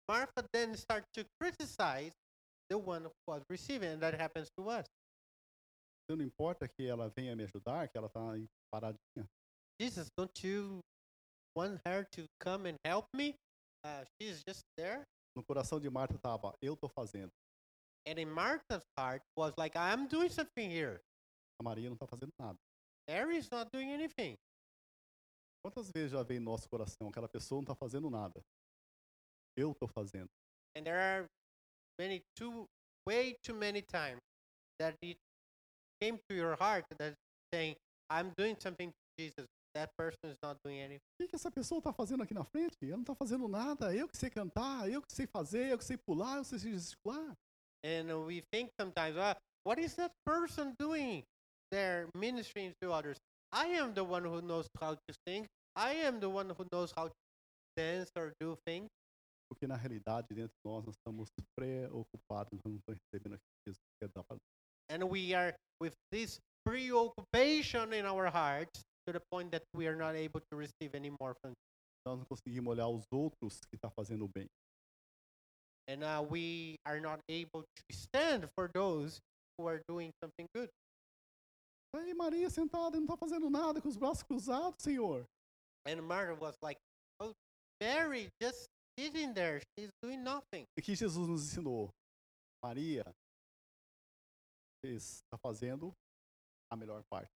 Speaker 2: Martha then started to criticize the one who was receiving, and that happens to us.
Speaker 1: Então, não importa que ela venha me ajudar, que ela está paradinha.
Speaker 2: Jesus, don't you want her to come and help me? Uh, she's just there.
Speaker 1: No coração de Marta estava, eu estou fazendo.
Speaker 2: And in Martha's heart was like, I'm doing something here.
Speaker 1: A Maria não está fazendo nada.
Speaker 2: Mary's not doing anything.
Speaker 1: Quantas vezes já vem em nosso coração aquela pessoa não está fazendo nada? Eu estou fazendo.
Speaker 2: and there are many too way too many times that it came to your heart that saying i'm doing something to jesus that person is not doing anything
Speaker 1: O que, que essa pessoa está fazendo aqui na frente? Ela não está fazendo nada. Eu que sei cantar, eu que sei fazer, eu que sei pular, eu que sei gesticular.
Speaker 2: and uh, we think sometimes ah, what is that person doing they're ministering to others i am the one who knows how to sing i am the one who knows how to dance or do things
Speaker 1: Porque na realidade, dentro de nós, nós estamos preocupados, nós não estamos recebendo aquilo que Jesus quer dar para nós.
Speaker 2: and we are with this preoccupation in our hearts to the point that we are not able to receive any more from
Speaker 1: Nós não conseguimos olhar os outros que estão fazendo o bem.
Speaker 2: and uh, we are not able to stand for those who are doing something good.
Speaker 1: Tá Aí Maria sentada, não está fazendo nada, com os braços cruzados, Senhor.
Speaker 2: And Martha was like, "Oh, Mary just sitting there; she's doing nothing."
Speaker 1: E que Jesus nos ensinou? Maria está fazendo a melhor parte.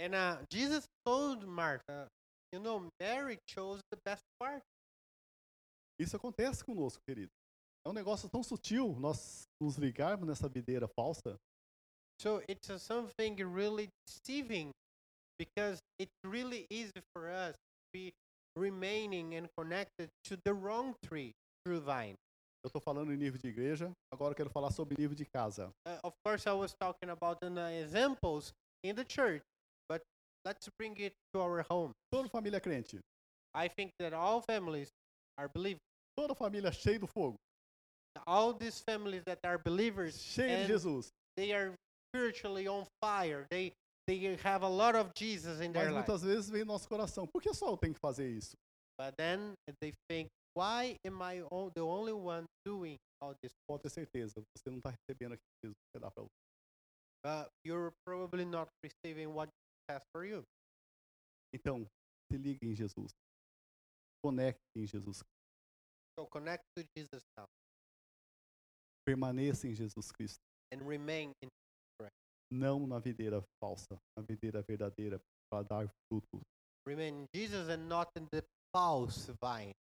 Speaker 2: And uh, Jesus told Martha, "You know, Mary chose the best part."
Speaker 1: Isso acontece conosco, querido. É um negócio tão sutil nós nos ligarmos nessa videira falsa.
Speaker 2: So it's uh, something really deceiving, because it's really easy for us to be remaining and connected to the wrong tree, true vine.
Speaker 1: Eu estou falando em nível de igreja, agora eu quero falar sobre nível de casa.
Speaker 2: uh, of course i was talking about in the examples in the church but let's bring it to our home
Speaker 1: Toda família é crente,
Speaker 2: i think that all families are believers
Speaker 1: toda família é cheia do fogo,
Speaker 2: all these families that are believers
Speaker 1: cheia de
Speaker 2: And-
Speaker 1: Jesus,
Speaker 2: they are spiritually on fire they they have a lot of jesus in their
Speaker 1: mas
Speaker 2: life
Speaker 1: muitas vezes vem no nosso coração. Por que só eu tenho que fazer isso?
Speaker 2: but then they think why am i o- the only one doing all this
Speaker 1: Pode ter certeza, você não está recebendo aquilo que Jesus quer dar para você.
Speaker 2: uh, you're probably not receiving what Jesus has for you
Speaker 1: Então, se liga em Jesus. Conecte em Jesus.
Speaker 2: so connect to jesus now
Speaker 1: Permaneça em Jesus Cristo.
Speaker 2: and remain in
Speaker 1: Não na videira falsa, na videira verdadeira, para dar fruto.
Speaker 2: remain in Jesus and not in the false vine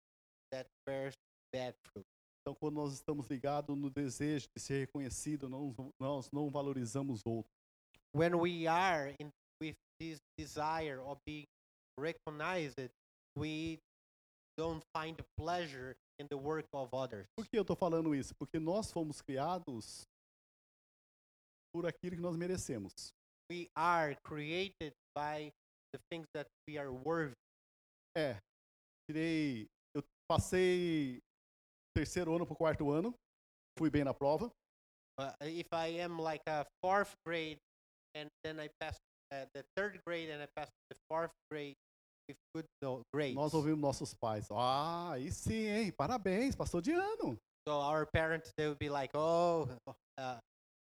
Speaker 2: that bears bad fruit.
Speaker 1: Então, quando nós estamos ligados no desejo de ser reconhecido, não- nós não valorizamos outro.
Speaker 2: When we are in with this desire of being recognized, we don't find pleasure in the work of others.
Speaker 1: Por que eu estou falando isso? Porque nós fomos criados por aquilo que nós merecemos.
Speaker 2: We are created by the things that we are worthy.
Speaker 1: É, tirei, eu passei terceiro ano para o quarto ano, fui bem na prova,
Speaker 2: Uh, if I am like a fourth grade and then I pass uh, the third grade and I pass the fourth grade with good no- grades.
Speaker 1: nós ouvimos nossos pais. Ah, aí sim, hein? Parabéns, passou de ano.
Speaker 2: So our parents they would be like, "Oh, *laughs* uh,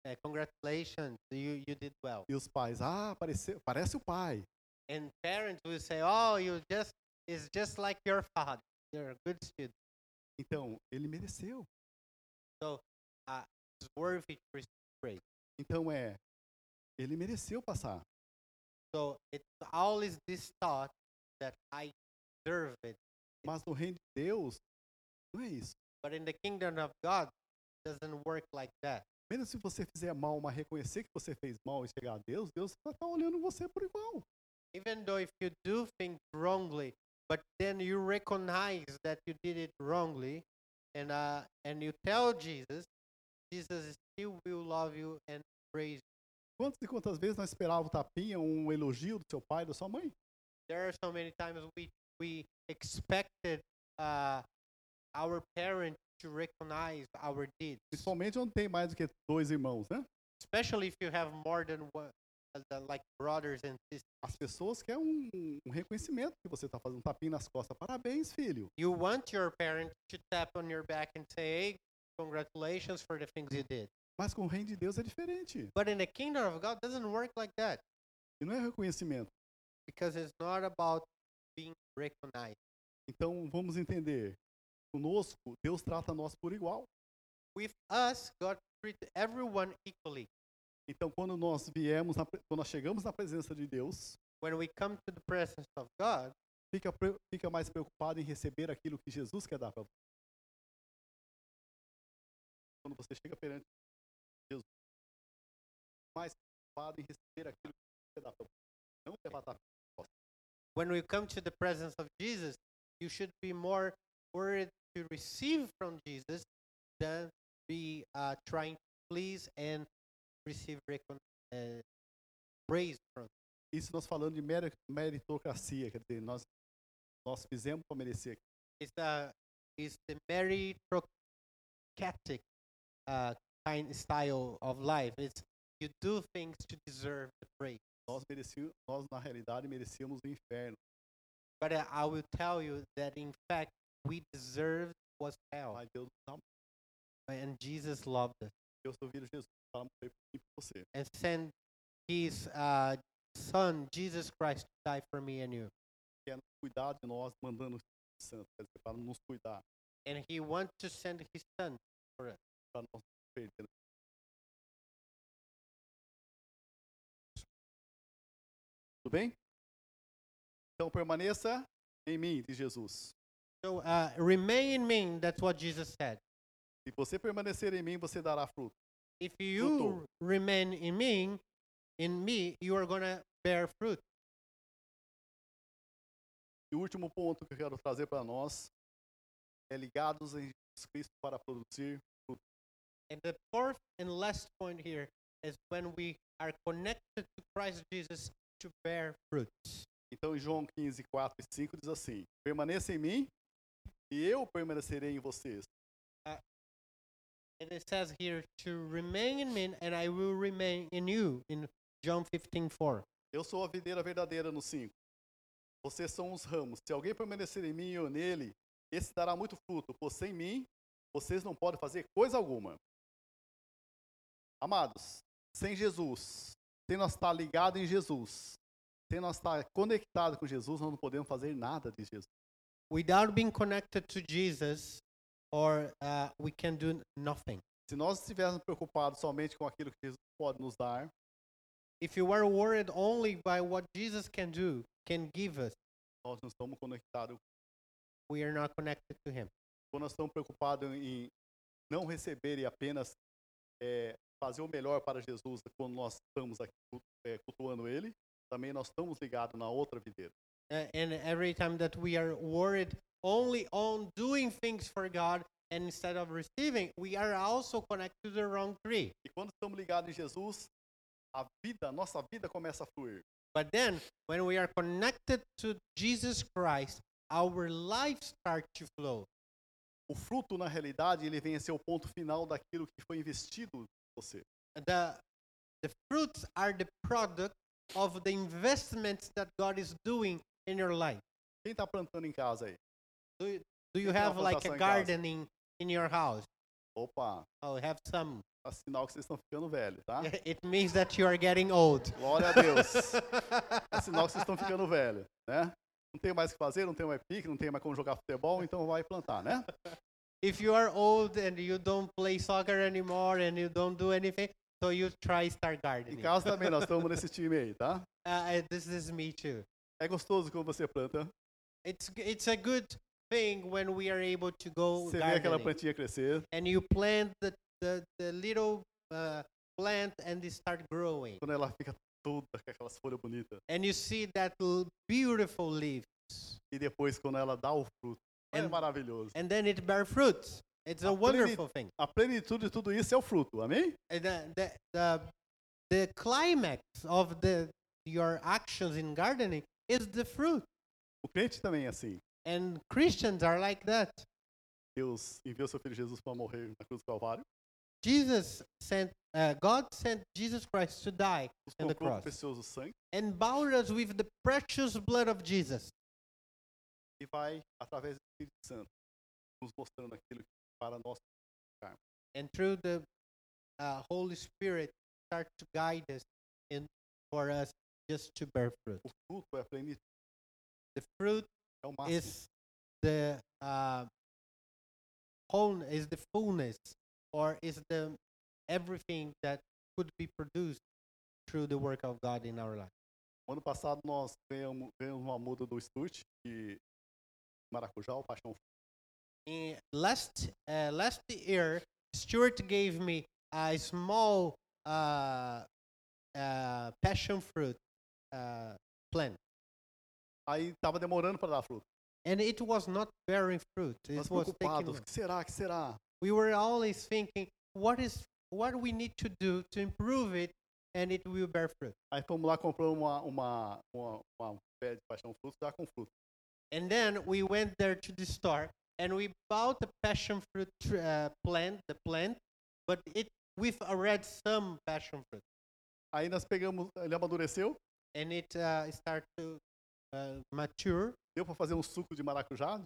Speaker 2: uh, congratulations, you you did well."
Speaker 1: E os pais, ah, parece, parece o pai.
Speaker 2: And parents will say, "Oh, you just is just like your father. You're a good student.
Speaker 1: Então, ele mereceu.
Speaker 2: It's worthy to receive."
Speaker 1: Então é, ele mereceu passar.
Speaker 2: So it's always this thought that I deserve it.
Speaker 1: Mas no reino de Deus, não é isso.
Speaker 2: But in the kingdom of God, it doesn't work like that.
Speaker 1: Mesmo se você fizer mal, mas reconhecer que você fez mal e chegar a Deus, Deus vai estar olhando você por igual.
Speaker 2: even though if you do things wrongly, but then you recognize that you did it wrongly, and uh, and you tell Jesus, Jesus still will love you and praise. You.
Speaker 1: Quantas e quantas vezes nós esperávamos tapinha, um elogio do seu pai, da sua mãe?
Speaker 2: There are so many times we we expected uh, our parents to recognize our deeds,
Speaker 1: Principalmente onde tem mais do que dois irmãos, né?
Speaker 2: especially if you have more than one, uh, than, like brothers and sisters.
Speaker 1: As pessoas querem um, um reconhecimento que você está fazendo um tapinha nas costas. Parabéns, filho.
Speaker 2: You want your parent to tap on your back and say, "Hey, congratulations for the things you did."
Speaker 1: Mas com o reino de Deus é diferente.
Speaker 2: But in the kingdom of God, doesn't work like that
Speaker 1: E não é reconhecimento.
Speaker 2: because it's not about being recognized.
Speaker 1: Então vamos entender. Conosco, Deus trata nós por igual.
Speaker 2: With us, God treats everyone equally.
Speaker 1: Então quando nós viemos, na pre- quando nós chegamos na presença de Deus,
Speaker 2: When we come to the presence of God,
Speaker 1: fica, pre- fica mais preocupado em receber aquilo que Jesus quer dar para você. Quando você chega perante Jesus, mais preocupado em receber aquilo que Jesus quer dar para você. Não levantar.
Speaker 2: when we come to the presence of Jesus, you should be more worried to receive from Jesus than be uh, trying to please and receive recon- uh, praise from.
Speaker 1: Isso nós falando de meri- meritocracia, quer dizer, nós nós fizemos para merecer.
Speaker 2: It's the it's uh, the meritocratic uh, kind style of life. It's you do things to deserve the praise.
Speaker 1: Nós merecíamos, nós na realidade merecíamos o inferno.
Speaker 2: But uh, I will tell you that in fact we deserved was hell,
Speaker 1: Mas Deus não
Speaker 2: and Jesus loved us
Speaker 1: Deus ouviu Jesus para morrer por mim e por você.
Speaker 2: and sent His uh, Son Jesus Christ to die for me and you.
Speaker 1: Quer nos cuidar de nós, mandando o Espírito Santo, quer dizer, para nos cuidar,
Speaker 2: And He wants to send His Son.
Speaker 1: para nós nos perder. Tudo bem? Então permaneça em mim, diz Jesus.
Speaker 2: So uh, remain in me. That's what Jesus said.
Speaker 1: Se você permanecer em mim, você dará fruto.
Speaker 2: If you remain in me, in me, you are gonna bear fruit.
Speaker 1: E o último ponto que eu quero trazer para nós é ligados em Jesus Cristo para produzir.
Speaker 2: And the fourth and last point here is when we are connected to Christ Jesus to bear fruits.
Speaker 1: Então, em João 15, 4 e 5 diz assim: Permaneça em mim e eu permanecerei em vocês.
Speaker 2: And it says here to remain in me and I will remain in you in John 15 4.
Speaker 1: Eu sou a videira verdadeira no 5. Vocês são os ramos. Se alguém permanecer em mim e eu nele, esse dará muito fruto, pois sem mim vocês não podem fazer coisa alguma. Amados, sem Jesus, sem nós estar ligado em Jesus, sem nós estar conectado com Jesus, nós não podemos fazer nada de Jesus.
Speaker 2: Without being connected to Jesus, or uh, we can do nothing.
Speaker 1: Se nós estivermos preocupados somente com aquilo que Jesus pode nos dar,
Speaker 2: If you are worried only by what Jesus can do, can give us,
Speaker 1: nós não estamos conectados.
Speaker 2: we are not connected to Him.
Speaker 1: Quando nós estamos preocupados em não receber e apenas eh, fazer o melhor para Jesus quando nós estamos aqui cu- eh, cultuando Ele, também nós estamos ligados na outra videira.
Speaker 2: Uh, and every time that we are worried only on doing things for God and instead of receiving, we are also connected to the wrong tree.
Speaker 1: E quando estamos ligados em Jesus, a vida, a nossa vida começa a fluir.
Speaker 2: But then, when we are connected to Jesus Christ, our life starts to flow.
Speaker 1: O fruto, na realidade, ele vem a ser o ponto final daquilo que foi investido em você.
Speaker 2: The, the fruits are the product of the investments that God is doing in your life.
Speaker 1: Quem está plantando em casa aí?
Speaker 2: Do you, do you
Speaker 1: tem uma
Speaker 2: have like
Speaker 1: plantação
Speaker 2: a
Speaker 1: em casa?
Speaker 2: gardening in your house?
Speaker 1: Opa,
Speaker 2: Oh, have some.
Speaker 1: é sinal que vocês estão ficando velho,
Speaker 2: *laughs*
Speaker 1: tá?
Speaker 2: It means that you are getting old.
Speaker 1: Glória a Deus. É sinal que vocês estão ficando velho, né? Não tem mais o que fazer, não tem mais pique, não tem mais como jogar futebol, então vai plantar, né?
Speaker 2: if you are old and you don't play soccer anymore and you don't do anything, so you try start
Speaker 1: Em
Speaker 2: gardening. Uh,
Speaker 1: casa também, nós estamos nesse time aí, tá?
Speaker 2: uh, this is me too.
Speaker 1: É gostoso quando você planta,
Speaker 2: It's g- it's a good thing when we are able to go
Speaker 1: você vê aquela
Speaker 2: gardening
Speaker 1: plantinha crescer.
Speaker 2: and you plant the the, the little uh, plant and they start growing
Speaker 1: Quando ela fica toda com aquelas folhas bonitas.
Speaker 2: and you see that l- beautiful leaves
Speaker 1: E depois, quando ela dá o fruto, é
Speaker 2: And-
Speaker 1: maravilhoso.
Speaker 2: and then it bear fruits. It's a
Speaker 1: A pleni-
Speaker 2: wonderful thing.
Speaker 1: A plenitude de tudo isso é o fruto, amém?
Speaker 2: And the, the the the climax of the your actions in gardening is the fruit.
Speaker 1: O crente também é assim.
Speaker 2: And Christians are like that.
Speaker 1: Deus enviou seu filho Jesus para morrer na cruz do Calvário.
Speaker 2: Jesus sent, uh, God sent Jesus Christ to die
Speaker 1: Nos
Speaker 2: And the
Speaker 1: comprou com
Speaker 2: cross.
Speaker 1: precioso sangue
Speaker 2: and bound us with the precious blood of Jesus.
Speaker 1: e vai, através do Espírito Santo, nos mostrando aquilo que para nós.
Speaker 2: And through the uh, Holy Spirit, start to guide us and for us just to bear fruit.
Speaker 1: O fruto é a plenitude,
Speaker 2: The fruit
Speaker 1: é o máximo.
Speaker 2: is the uh, whole, is the fullness, or is the everything that could be produced through the work of God in our life.
Speaker 1: O ano passado nós ganhamos, ganhamos uma muda do Sturt, de Maracujá, o Paixão
Speaker 2: in last uh, last year Stuart gave me a small uh, uh, passion fruit uh, plant
Speaker 1: Aí estava demorando para dar fruto.
Speaker 2: and it was not bearing fruit
Speaker 1: Nós
Speaker 2: it was taking
Speaker 1: preocupados. O
Speaker 2: long.
Speaker 1: que será? O que será?
Speaker 2: we were always thinking what is what we need to do to improve it and it will bear fruit
Speaker 1: Aí fomos lá compramos uma, uma, uma, uma pé de paixão fruto já com fruto.
Speaker 2: and then we went there to the store and we bought the passion fruit tr- uh, plant the plant but it with already some passion fruit
Speaker 1: Aí nós pegamos, ele amadureceu,
Speaker 2: and it uh, start to uh, mature
Speaker 1: deu para fazer um suco de maracujá.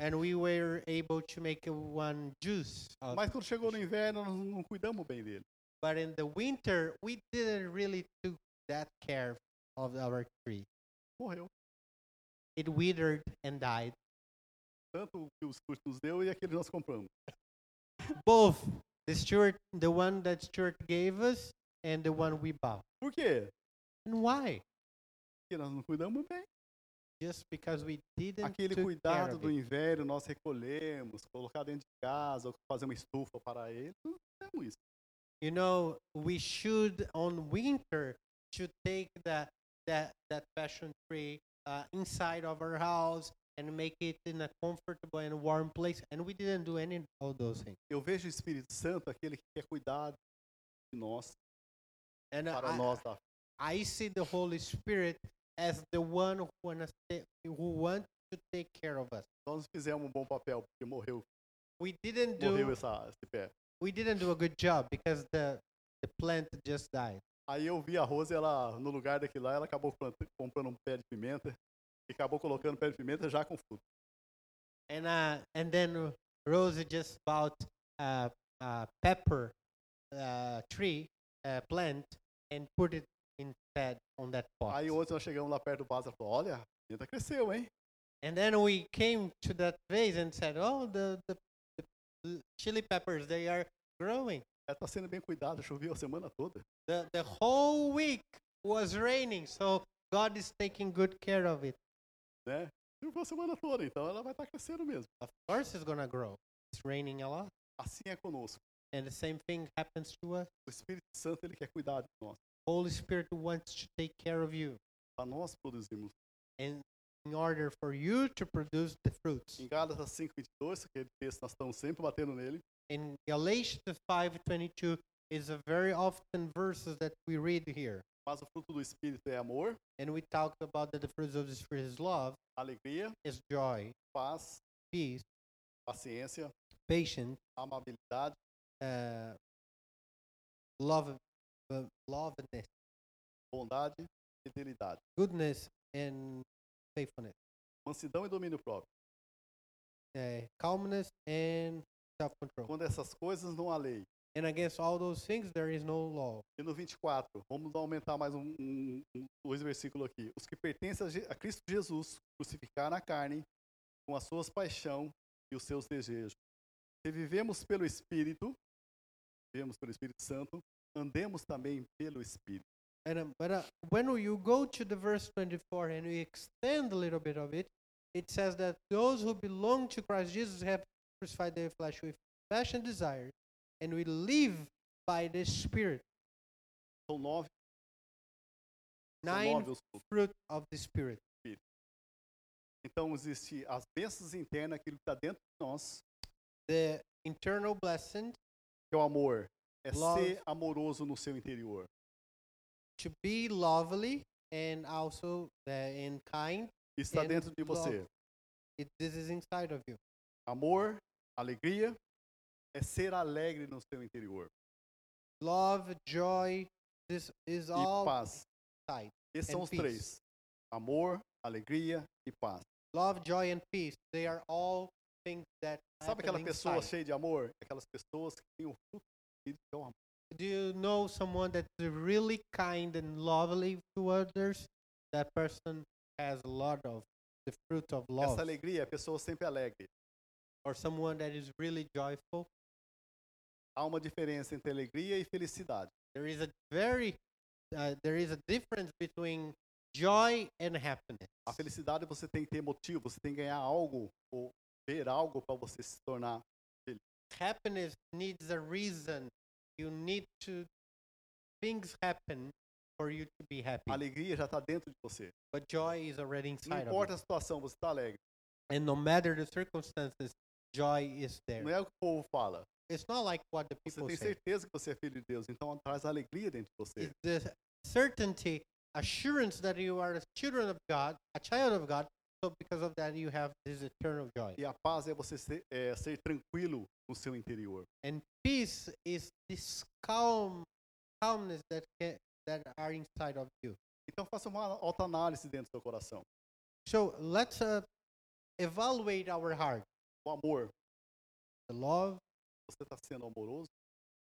Speaker 2: and we were able to make a one juice of
Speaker 1: Mas quando chegou no inverno, nós não cuidamos bem dele.
Speaker 2: but in the winter we didn't really took that care of our tree
Speaker 1: Morreu.
Speaker 2: it withered and died
Speaker 1: Tanto o que os custos nos deu e aquele que nós compramos.
Speaker 2: both the steward the one that steward gave us and the one we bought
Speaker 1: Por quê?
Speaker 2: and why
Speaker 1: Porque nós não cuidamos bem.
Speaker 2: just because we didn't
Speaker 1: Aquele
Speaker 2: took care
Speaker 1: cuidado
Speaker 2: of
Speaker 1: do
Speaker 2: it.
Speaker 1: inverno nós recolhemos, colocar dentro de casa, ou fazer uma estufa para ele. Não fizemos isso.
Speaker 2: you know we should on winter should take that that that passion tree uh, inside of our house and make it in a comfortable and warm place and we didn't do any of those things
Speaker 1: Eu vejo o Espírito Santo, aquele que quer cuidar de nós,
Speaker 2: and
Speaker 1: para
Speaker 2: I,
Speaker 1: nós. tá? Da...
Speaker 2: I see the holy spirit as the one who wants who wants to take care of us
Speaker 1: Nós não fizemos um bom papel, porque morreu,
Speaker 2: we didn't
Speaker 1: morreu
Speaker 2: do
Speaker 1: essa, esse pé.
Speaker 2: we didn't do a good job because the the plant just died
Speaker 1: Aí eu vi a Rose, ela, no lugar daquele lá, ela acabou planta- comprando um pé de pimenta e acabou colocando pé de pimenta já com fruto.
Speaker 2: and uh and then Rose just bought a, a pepper uh, tree uh, plant and put it instead on that pot.
Speaker 1: Aí ontem nós chegamos lá perto do vaso e falou, olha, a pimenta cresceu, hein?
Speaker 2: And then we came to that vase and said, "Oh, the the, the l- chili peppers they are growing."
Speaker 1: Ela está sendo bem cuidada, choveu a semana toda.
Speaker 2: The the whole week was raining, so God is taking good care of it.
Speaker 1: né? Choveu a semana toda, então ela vai estar crescendo mesmo.
Speaker 2: Of course, it's gonna grow. It's raining a lot,
Speaker 1: Assim é conosco.
Speaker 2: and the same thing happens to us.
Speaker 1: O Espírito Santo, ele quer cuidar de nós,
Speaker 2: Holy Spirit wants to take care of you.
Speaker 1: para nós produzirmos.
Speaker 2: and in order for you to produce the fruits.
Speaker 1: Em Gálatas 5:22, aquele texto nós estamos sempre batendo nele.
Speaker 2: In Galatians 5:22 is a very often verses that we read here,
Speaker 1: Mas o fruto do espírito é amor,
Speaker 2: and we talked about that the fruits of the spirit is love,
Speaker 1: alegria,
Speaker 2: is joy,
Speaker 1: paz,
Speaker 2: peace,
Speaker 1: paciência,
Speaker 2: patience,
Speaker 1: amabilidade,
Speaker 2: uh, love, uh, loveness,
Speaker 1: bondade, fidelidade,
Speaker 2: goodness, and faithfulness,
Speaker 1: mansidão e domínio próprio.
Speaker 2: uh, calmness, and self-control.
Speaker 1: Quando essas coisas não há lei.
Speaker 2: And against all those things, there is no law.
Speaker 1: E no 24, vamos aumentar mais um, um, um dois versículos aqui. Os que pertencem a Je- a Cristo Jesus crucificaram a carne com as suas paixão e os seus desejos. Se vivemos pelo Espírito, vivemos pelo Espírito Santo, andemos também pelo Espírito.
Speaker 2: And uh, but uh, when you go to the verse 24 and we extend a little bit of it, it says that those who belong to Christ Jesus have crucified their flesh with flesh and desires, and we live by the Spirit.
Speaker 1: São nove, são
Speaker 2: Nine
Speaker 1: nove os frutos.
Speaker 2: fruit of the Spirit.
Speaker 1: Então existe as bênçãos internas, aquilo que está dentro de nós,
Speaker 2: The internal blessing
Speaker 1: que é o amor. É
Speaker 2: Love.
Speaker 1: ser amoroso no seu interior.
Speaker 2: to be lovely and also uh, and kind.
Speaker 1: Isso está
Speaker 2: And
Speaker 1: dentro de
Speaker 2: love.
Speaker 1: você.
Speaker 2: It, this is inside of you.
Speaker 1: Amor, alegria, é ser alegre no seu interior.
Speaker 2: Love, joy. This is
Speaker 1: e
Speaker 2: all
Speaker 1: paz.
Speaker 2: inside.
Speaker 1: Esses
Speaker 2: and
Speaker 1: são os
Speaker 2: peace.
Speaker 1: três: amor, alegria e paz.
Speaker 2: Love, joy, and peace. They are all things that.
Speaker 1: Sabe
Speaker 2: happen
Speaker 1: aquela pessoa
Speaker 2: inside.
Speaker 1: cheia de amor? Aquelas pessoas que têm o fruto do Espírito, que é o amor.
Speaker 2: Do you know someone that's really kind and lovely to others? That person has a lot of the fruit of love.
Speaker 1: Essa alegria, é a pessoa sempre alegre.
Speaker 2: Or someone that is really joyful.
Speaker 1: Há uma diferença entre alegria e felicidade.
Speaker 2: There is a very, uh, there is a difference between joy and happiness.
Speaker 1: A felicidade você tem que ter motivo, você tem que ganhar algo ou ver algo para você se tornar.
Speaker 2: Happiness needs a reason. You need to things happen for you to be happy.
Speaker 1: A alegria já está dentro de você.
Speaker 2: But joy is already
Speaker 1: Não
Speaker 2: inside of you.
Speaker 1: importa a situação, você está alegre.
Speaker 2: and no matter the circumstances, joy is there.
Speaker 1: Não é o que o povo fala.
Speaker 2: It's not like what the
Speaker 1: Você
Speaker 2: people
Speaker 1: tem
Speaker 2: say.
Speaker 1: certeza que você é filho de Deus, então traz alegria dentro de você.
Speaker 2: It's the certainty, assurance that you are a children of God, a child of God. So because of that, you have this eternal joy.
Speaker 1: E a paz é você ser, é, ser tranquilo no seu interior.
Speaker 2: And peace is this calm, calmness that can, that are inside of you.
Speaker 1: Então faça uma autoanálise dentro do seu coração.
Speaker 2: So let's uh, evaluate our heart.
Speaker 1: O amor,
Speaker 2: The love.
Speaker 1: você está sendo amoroso?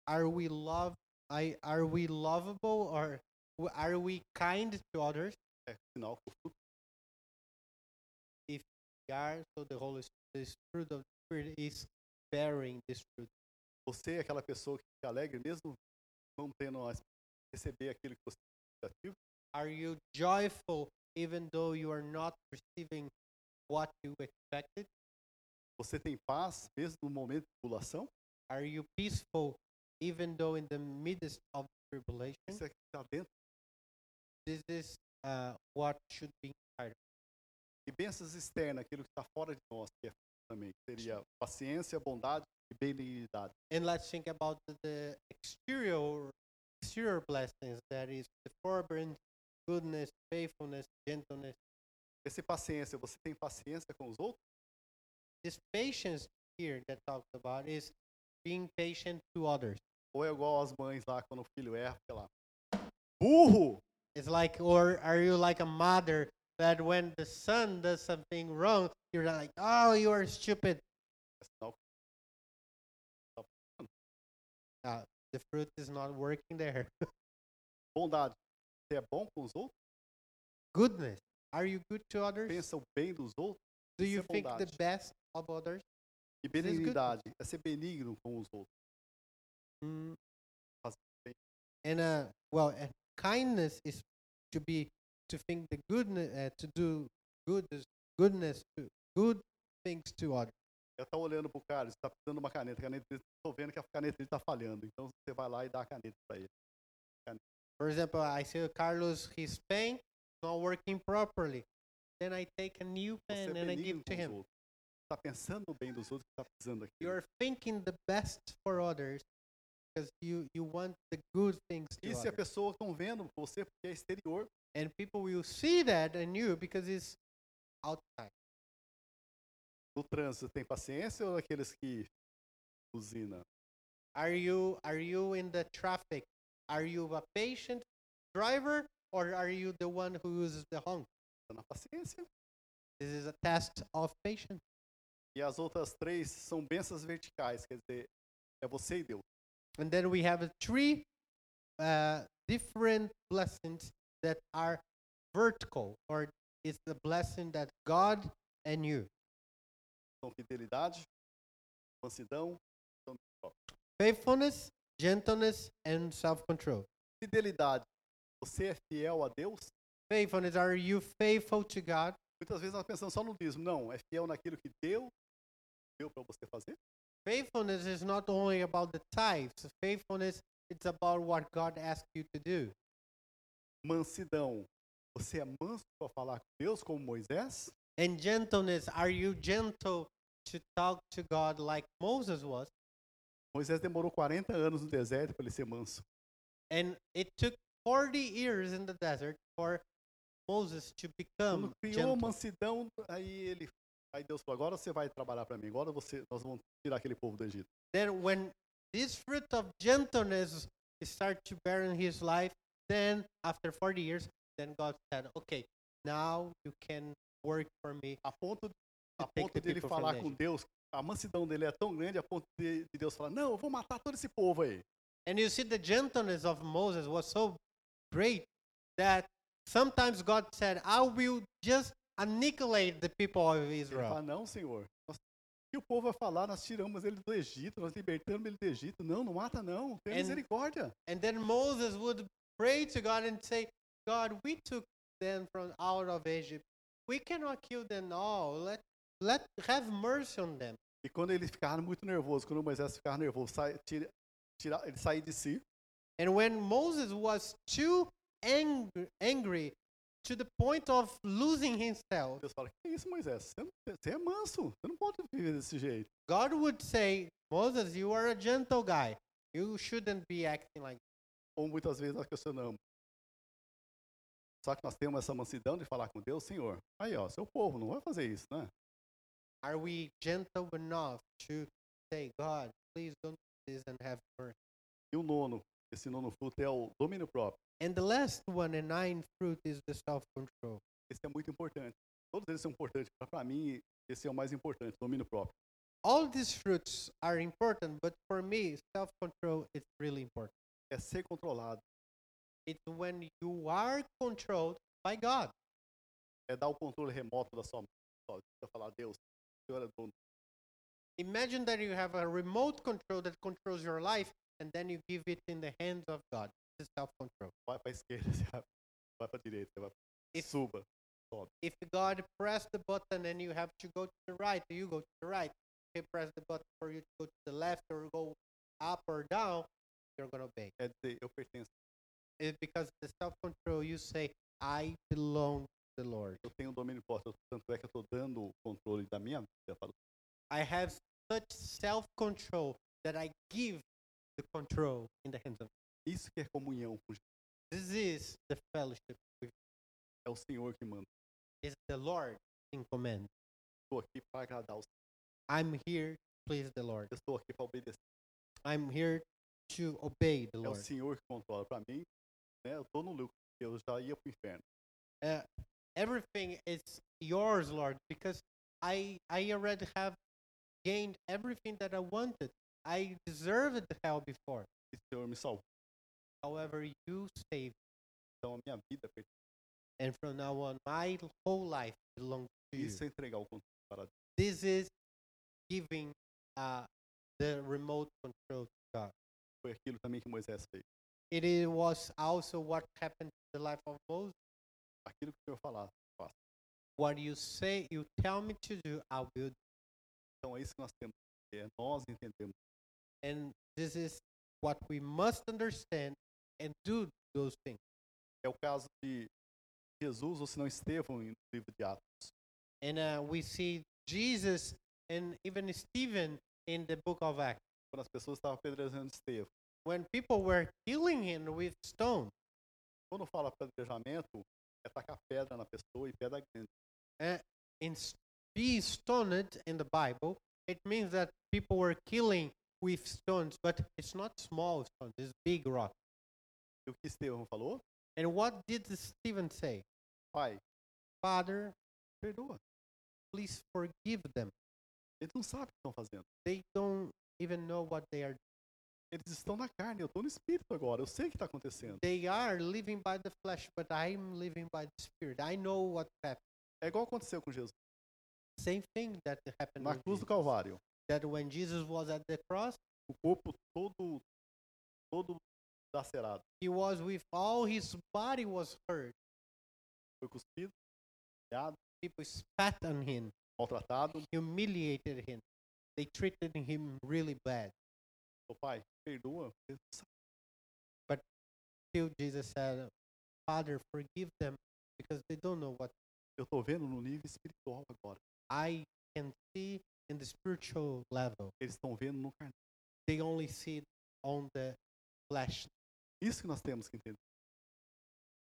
Speaker 2: Are we love? I are we lovable or w- are we kind to others?
Speaker 1: É sinal que o fruto
Speaker 2: We are. So the Holy Spirit, this fruit of the Spirit is bearing this fruit.
Speaker 1: você é aquela pessoa que fica alegre mesmo não tendo a es- receber aquilo que você é ativo.
Speaker 2: Are you joyful even though you are not receiving what you expected?
Speaker 1: Você tem paz mesmo no momento de tribulação?
Speaker 2: Are you peaceful even though in the midst of tribulation?
Speaker 1: Isso é que está dentro.
Speaker 2: This is uh, what should be.
Speaker 1: E bênçãos externas, aquilo que está fora de nós, que é fruto também. que Seria paciência, bondade e benignidade.
Speaker 2: And let's think about the, the exterior exterior blessings that is the forbearance, goodness, faithfulness, gentleness.
Speaker 1: Esse paciência, você tem paciência com os outros?
Speaker 2: This patience here that talked about is being patient to others.
Speaker 1: Ou é igual as mães lá, quando o filho erra, fica lá. Burro!
Speaker 2: It's like, or are you like a mother that when the son does something wrong, you're not like, oh, you are stupid.
Speaker 1: É sinal que
Speaker 2: The fruit is not working there. *laughs*
Speaker 1: Bondade. Você é bom com os outros?
Speaker 2: Goodness. Are you good to others?
Speaker 1: Pensa o bem dos outros?
Speaker 2: Do
Speaker 1: isso
Speaker 2: you
Speaker 1: é
Speaker 2: think the
Speaker 1: bondade.
Speaker 2: best of others?
Speaker 1: E
Speaker 2: good.
Speaker 1: benignidade. É ser benigno com os outros.
Speaker 2: Mm.
Speaker 1: Fazer bem.
Speaker 2: And uh, well, and kindness is to be to think the goodness uh, to do goodness, goodness to good things to others.
Speaker 1: Ela tá olhando pro cara, você tá precisando de uma caneta. a caneta dele- tô vendo que a caneta dele tá falhando. Então você vai lá e dá a caneta pra ele.
Speaker 2: "Oh, For example, I see Carlos, his pen not working properly. Then I take a new
Speaker 1: Você é
Speaker 2: pen and I
Speaker 1: benigno
Speaker 2: give
Speaker 1: com
Speaker 2: to
Speaker 1: os
Speaker 2: him.
Speaker 1: outros. Está pensando no bem dos outros que está precisando aqui.
Speaker 2: You're thinking the best for others because you, you want the good things to
Speaker 1: E se a
Speaker 2: others.
Speaker 1: pessoa estão vendo você porque é exterior,
Speaker 2: And people will see that in you because it's outside.
Speaker 1: no trânsito tem paciência ou é aqueles que buzina?
Speaker 2: Are you are you in the traffic? Are you a patient driver or are you the one who uses the honk?
Speaker 1: Tá na paciência.
Speaker 2: This is a test of patience.
Speaker 1: E as outras três são bênçãos verticais, quer dizer, é você e Deus.
Speaker 2: And then we have three uh, different blessings that are vertical, or it's the blessing that God and you.
Speaker 1: São Então, fidelidade, mansidão.
Speaker 2: Faithfulness, gentleness, and self control.
Speaker 1: Fidelidade. Você é fiel a Deus?
Speaker 2: Faithfulness, are you faithful to God?
Speaker 1: Muitas vezes nós pensamos só no dízimo. Não, é fiel naquilo que Deus deu para você fazer.
Speaker 2: Faithfulness is not only about the tithes, faithfulness it's about what God asked you to do.
Speaker 1: Mansidão. Você é manso para falar com Deus como Moisés?
Speaker 2: And gentleness, are you gentle to talk to God like Moses was?
Speaker 1: Moisés demorou 40 anos no deserto para ele ser manso.
Speaker 2: And it took 40 years in the desert for Moses to
Speaker 1: Quando
Speaker 2: become
Speaker 1: criou a
Speaker 2: gentle.
Speaker 1: mansidão, aí ele, aí Deus falou: agora você vai trabalhar para mim. Agora você, nós vamos tirar aquele povo do Egito.
Speaker 2: Then when this fruit of gentleness start to bear in his life, then after 40 years, then God said, okay, now you can work for me.
Speaker 1: A ponto, a
Speaker 2: To take
Speaker 1: ponto
Speaker 2: the
Speaker 1: dele
Speaker 2: people from
Speaker 1: falar
Speaker 2: the
Speaker 1: com
Speaker 2: Egito.
Speaker 1: Deus, a mansidão dele é tão grande a ponto de, de Deus falar: não, eu vou matar todo esse povo aí.
Speaker 2: And you see the gentleness of Moses was so great that sometimes God said, I will just annihilate the people of
Speaker 1: Ele fala:
Speaker 2: Israel.
Speaker 1: não, Senhor. Nós, o que o povo vai falar? Nós tiramos ele do Egito, nós libertamos ele do Egito. Não, não mata não. Tem
Speaker 2: And-
Speaker 1: misericórdia.
Speaker 2: And then Moses would pray to God and say, God, we took them from out of Egypt. We cannot kill them all. Let, let have mercy on them.
Speaker 1: E quando ele ficava muito nervoso, quando Moisés ficava nervoso, sai, tira, tira, ele saía de si.
Speaker 2: And when Moses was too angry, angry to the point of losing himself,
Speaker 1: Deus fala: que isso, Moisés? Você, não- você é manso. Você não pode viver desse jeito.
Speaker 2: God would say, Moses, you are a gentle guy. You shouldn't be acting like
Speaker 1: ou muitas vezes nós questionamos. Só que nós temos essa mansidão de falar com Deus, Senhor. Aí, ó, seu povo não vai fazer isso, né?
Speaker 2: Are we gentle enough to say, God, please don't do this and have mercy?
Speaker 1: E o nono, esse nono fruto é o domínio próprio.
Speaker 2: And the last one, and nine fruit, is the self control.
Speaker 1: Esse é muito importante. Todos eles são importantes, mas para mim esse é o mais importante, domínio próprio.
Speaker 2: All these fruits are important, but for me, self control is really important.
Speaker 1: É ser controlado,
Speaker 2: It's when you are controlled by God.
Speaker 1: é dar o controle remoto da sua mão. só. Você falar, Deus, o Senhor é dono.
Speaker 2: Imagine that you have a remote control that controls your life, and then you give it in the hands of God. This is self control.
Speaker 1: Vai para esquerda, *laughs* você vai- vai para direita, você vai
Speaker 2: Isso.
Speaker 1: suba.
Speaker 2: If God press the button and you have to go to the right, you go to the right. He press the button for you to go to the left or go up or down, you're gonna obey.
Speaker 1: É dizer, eu pertenço,
Speaker 2: It's because the self control you say, I belong to the Lord.
Speaker 1: eu tenho o domínio próprio. Tanto é que eu estou dando o controle da minha vida para o
Speaker 2: I have such self control that I give the control in the hands of
Speaker 1: Isso que é comunhão com Jesus.
Speaker 2: This is the fellowship.
Speaker 1: É o Senhor que manda.
Speaker 2: It's the Lord in command.
Speaker 1: Estou aqui para agradar o Senhor.
Speaker 2: I'm here to please the Lord.
Speaker 1: Eu estou aqui para obedecer.
Speaker 2: I'm here to obey the
Speaker 1: É o
Speaker 2: Lord.
Speaker 1: Senhor que controla. Para mim, né, eu estou no lucro. Eu já ia para o inferno.
Speaker 2: uh, everything is yours, Lord, because I I already have gained everything that I wanted. I deserved hell before.
Speaker 1: E o Senhor me salvou.
Speaker 2: However, you saved,
Speaker 1: Então a minha vida pertence.
Speaker 2: me, and from now on, my whole life belongs to you.
Speaker 1: Isso é entregar o controle.
Speaker 2: This is giving uh, the remote control to God.
Speaker 1: Foi aquilo também que Moisés fez.
Speaker 2: It is, was also what happened to the life of Moses.
Speaker 1: Aquilo que o Senhor falar.
Speaker 2: What you say, you tell me to do, I will. do.
Speaker 1: Então é isso que nós temos. que É, nós entendemos.
Speaker 2: And this is what we must understand and do those things.
Speaker 1: É o caso de Jesus, ou se não Estevão, no livro de Atos.
Speaker 2: And uh, we see Jesus and even Stephen in the book of Acts.
Speaker 1: Quando as pessoas estavam apedrejando Estevão.
Speaker 2: When people were killing him with stone,
Speaker 1: Quando fala apedrejamento, é tacar pedra na pessoa e pedra grande.
Speaker 2: in s- be stoned in the Bible, it means that people were killing with stones, but it's not small stones, it's big rock.
Speaker 1: E o que Estevão falou?
Speaker 2: And what did Stephen say?
Speaker 1: Pai,
Speaker 2: Father,
Speaker 1: perdoa.
Speaker 2: please forgive them.
Speaker 1: Eles não sabem o que estão fazendo.
Speaker 2: They don't even know what they are
Speaker 1: Eles estão na carne, eu estou no espírito agora, eu sei o que está acontecendo.
Speaker 2: They are living by the flesh, but I'm living by the spirit. I know what happened.
Speaker 1: É igual aconteceu com Jesus,
Speaker 2: Same thing that happened
Speaker 1: na
Speaker 2: with
Speaker 1: cruz do
Speaker 2: Jesus.
Speaker 1: Calvário.
Speaker 2: That when Jesus was at the cross,
Speaker 1: O corpo todo, todo lacerado.
Speaker 2: he was with all his body was hurt.
Speaker 1: Foi cuspido, humilhado,
Speaker 2: People spat on him,
Speaker 1: maltratado.
Speaker 2: humiliated him. They treated him really bad.
Speaker 1: Ô pai, perdoa. porque eles não sabem.
Speaker 2: Till Jesus said, "Father, forgive them, because they don't know what
Speaker 1: Eu estou vendo no nível espiritual agora.
Speaker 2: I can see in the spiritual level.
Speaker 1: Eles estão vendo no carnal.
Speaker 2: They only see it on the flesh
Speaker 1: Isso que nós temos que entender.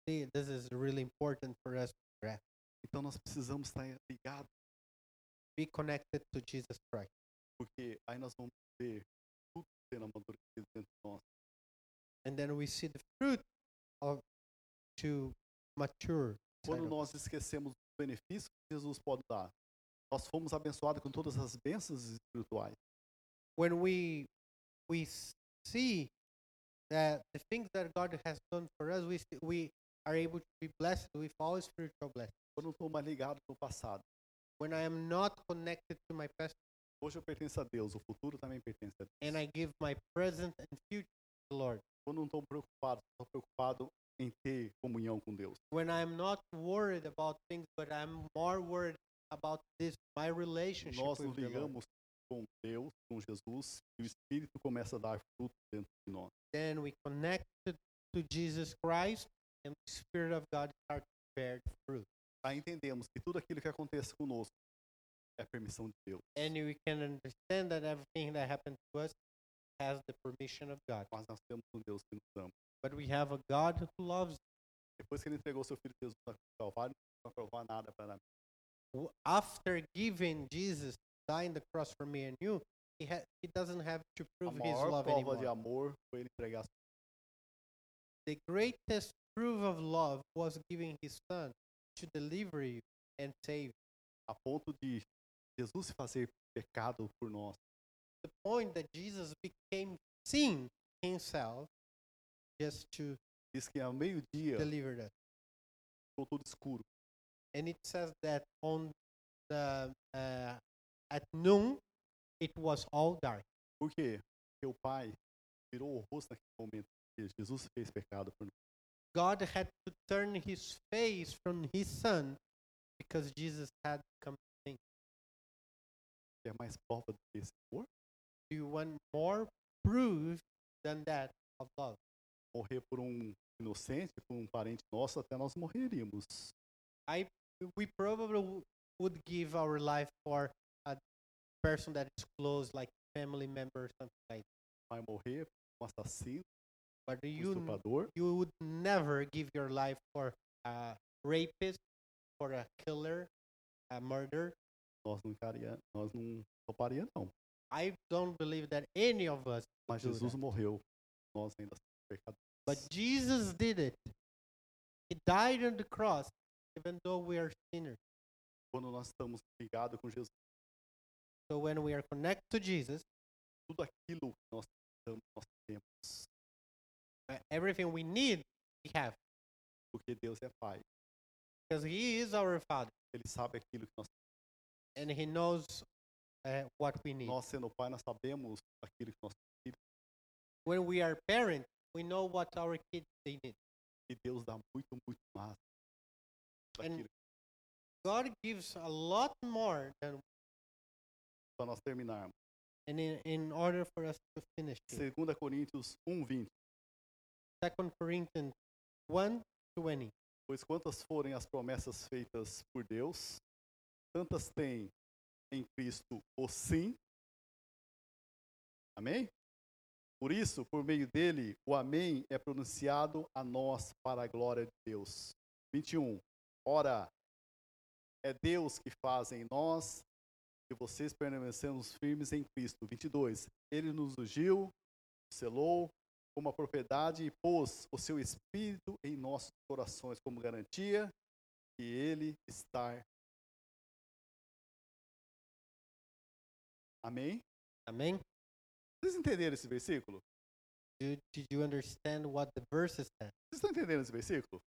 Speaker 2: See, this is really important for us to grasp.
Speaker 1: Então nós precisamos estar ligados,
Speaker 2: Be connected to Jesus Christ.
Speaker 1: porque aí nós vamos ver tudo sendo amadurecido dentro de nós.
Speaker 2: And then we see the fruit of to mature. inside
Speaker 1: Quando
Speaker 2: of-
Speaker 1: nós esquecemos os benefícios que Jesus pode dar, nós fomos abençoados com todas as bênçãos espirituais.
Speaker 2: When we we s- see that the things that God has done for us, we see, we are able to be blessed with all spiritual blessings.
Speaker 1: Quando eu estou mais ligado no passado,
Speaker 2: When I am not connected to my past
Speaker 1: hoje eu pertenço a Deus, o futuro também pertence a Deus.
Speaker 2: and I give my present and future to the Lord.
Speaker 1: Quando eu não estou preocupado, estou preocupado em ter comunhão com Deus.
Speaker 2: When I'm not worried about things, but I'm more worried about this my relationship
Speaker 1: Nós
Speaker 2: with
Speaker 1: nos
Speaker 2: the Lord.
Speaker 1: ligamos com Deus, com Jesus, e o Espírito começa a dar fruto dentro de nós.
Speaker 2: then we connect to, to Jesus Christ, and the Spirit of God starts to bear fruit.
Speaker 1: Aí entendemos que tudo aquilo que acontece conosco é a permissão de Deus.
Speaker 2: And we can understand that everything that happens to us has the permission of God.
Speaker 1: Mas nós temos um Deus que nos ama.
Speaker 2: But we have a God who loves. us.
Speaker 1: Depois que ele entregou seu filho Jesus na cruz do Calvário, não aprovou nada para mim.
Speaker 2: Who- After giving Jesus dying the cross for me and you, he, ha- he doesn't have to
Speaker 1: A
Speaker 2: prove his
Speaker 1: maior
Speaker 2: love
Speaker 1: prova
Speaker 2: anymore.
Speaker 1: de amor foi ele entregar
Speaker 2: The greatest proof of love was giving his son to deliver you and save you.
Speaker 1: a ponto de Jesus se fazer pecado por nós.
Speaker 2: the point that Jesus became sin himself just to
Speaker 1: Diz que ao meio-dia
Speaker 2: deliver us.
Speaker 1: ficou tudo escuro.
Speaker 2: And it says that on the uh, at noon it was all dark
Speaker 1: Por quê? Porque o Pai virou o rosto naquele momento. porque Jesus fez pecado por nós.
Speaker 2: God had to turn his face from his son because Jesus had come.
Speaker 1: É mais prova desse amor?
Speaker 2: Do you want more proof than that of love?
Speaker 1: Morrer por um inocente, por um parente nosso, até nós morreríamos.
Speaker 2: I we probably w- would give our life for a person that is close, like family member or something like. That.
Speaker 1: Vai morrer por um assassino,
Speaker 2: But do
Speaker 1: um
Speaker 2: you kn-
Speaker 1: estuprador.
Speaker 2: you would never give your life for a rapist, for a killer, a murder.
Speaker 1: Nós não, encaria, nós não toparia, não.
Speaker 2: I don't believe that any of us.
Speaker 1: Mas
Speaker 2: Jura.
Speaker 1: Jesus morreu. Nós ainda somos pecadores.
Speaker 2: But Jesus did it. He died on the cross, even though we are sinners.
Speaker 1: Quando nós estamos ligados com Jesus,
Speaker 2: So when we are connected to Jesus,
Speaker 1: tudo aquilo que nós precisamos, nós temos.
Speaker 2: uh, everything we need, we have,
Speaker 1: Porque Deus é Pai.
Speaker 2: because He is our Father,
Speaker 1: Ele sabe aquilo que nós
Speaker 2: and He knows uh, what we need.
Speaker 1: Nós, sendo Pai, nós sabemos aquilo que nós
Speaker 2: When we are parents, we know what our kids they need.
Speaker 1: E Deus dá muito, muito mais
Speaker 2: And-
Speaker 1: daquilo.
Speaker 2: God gives a lot more than
Speaker 1: Para nós terminarmos.
Speaker 2: and in, in order for us to finish it.
Speaker 1: um 2 Coríntios 1, 20.
Speaker 2: Second Corinthians 1 20.
Speaker 1: Pois quantas forem as promessas feitas por Deus, tantas tem em Cristo o sim. Amém? Por isso, por meio dele, o amém é pronunciado a nós para a glória de Deus. 21. Ora, é Deus que faz em nós que vocês permanecemos firmes em Cristo. 22. Ele nos ungiu, selou como a propriedade e pôs o seu espírito em nossos corações como garantia que ele está. Amém?
Speaker 2: Amém?
Speaker 1: Vocês entenderam esse versículo?
Speaker 2: Do, did you understand what the verse is saying
Speaker 1: Vocês estão entendendo esse versículo?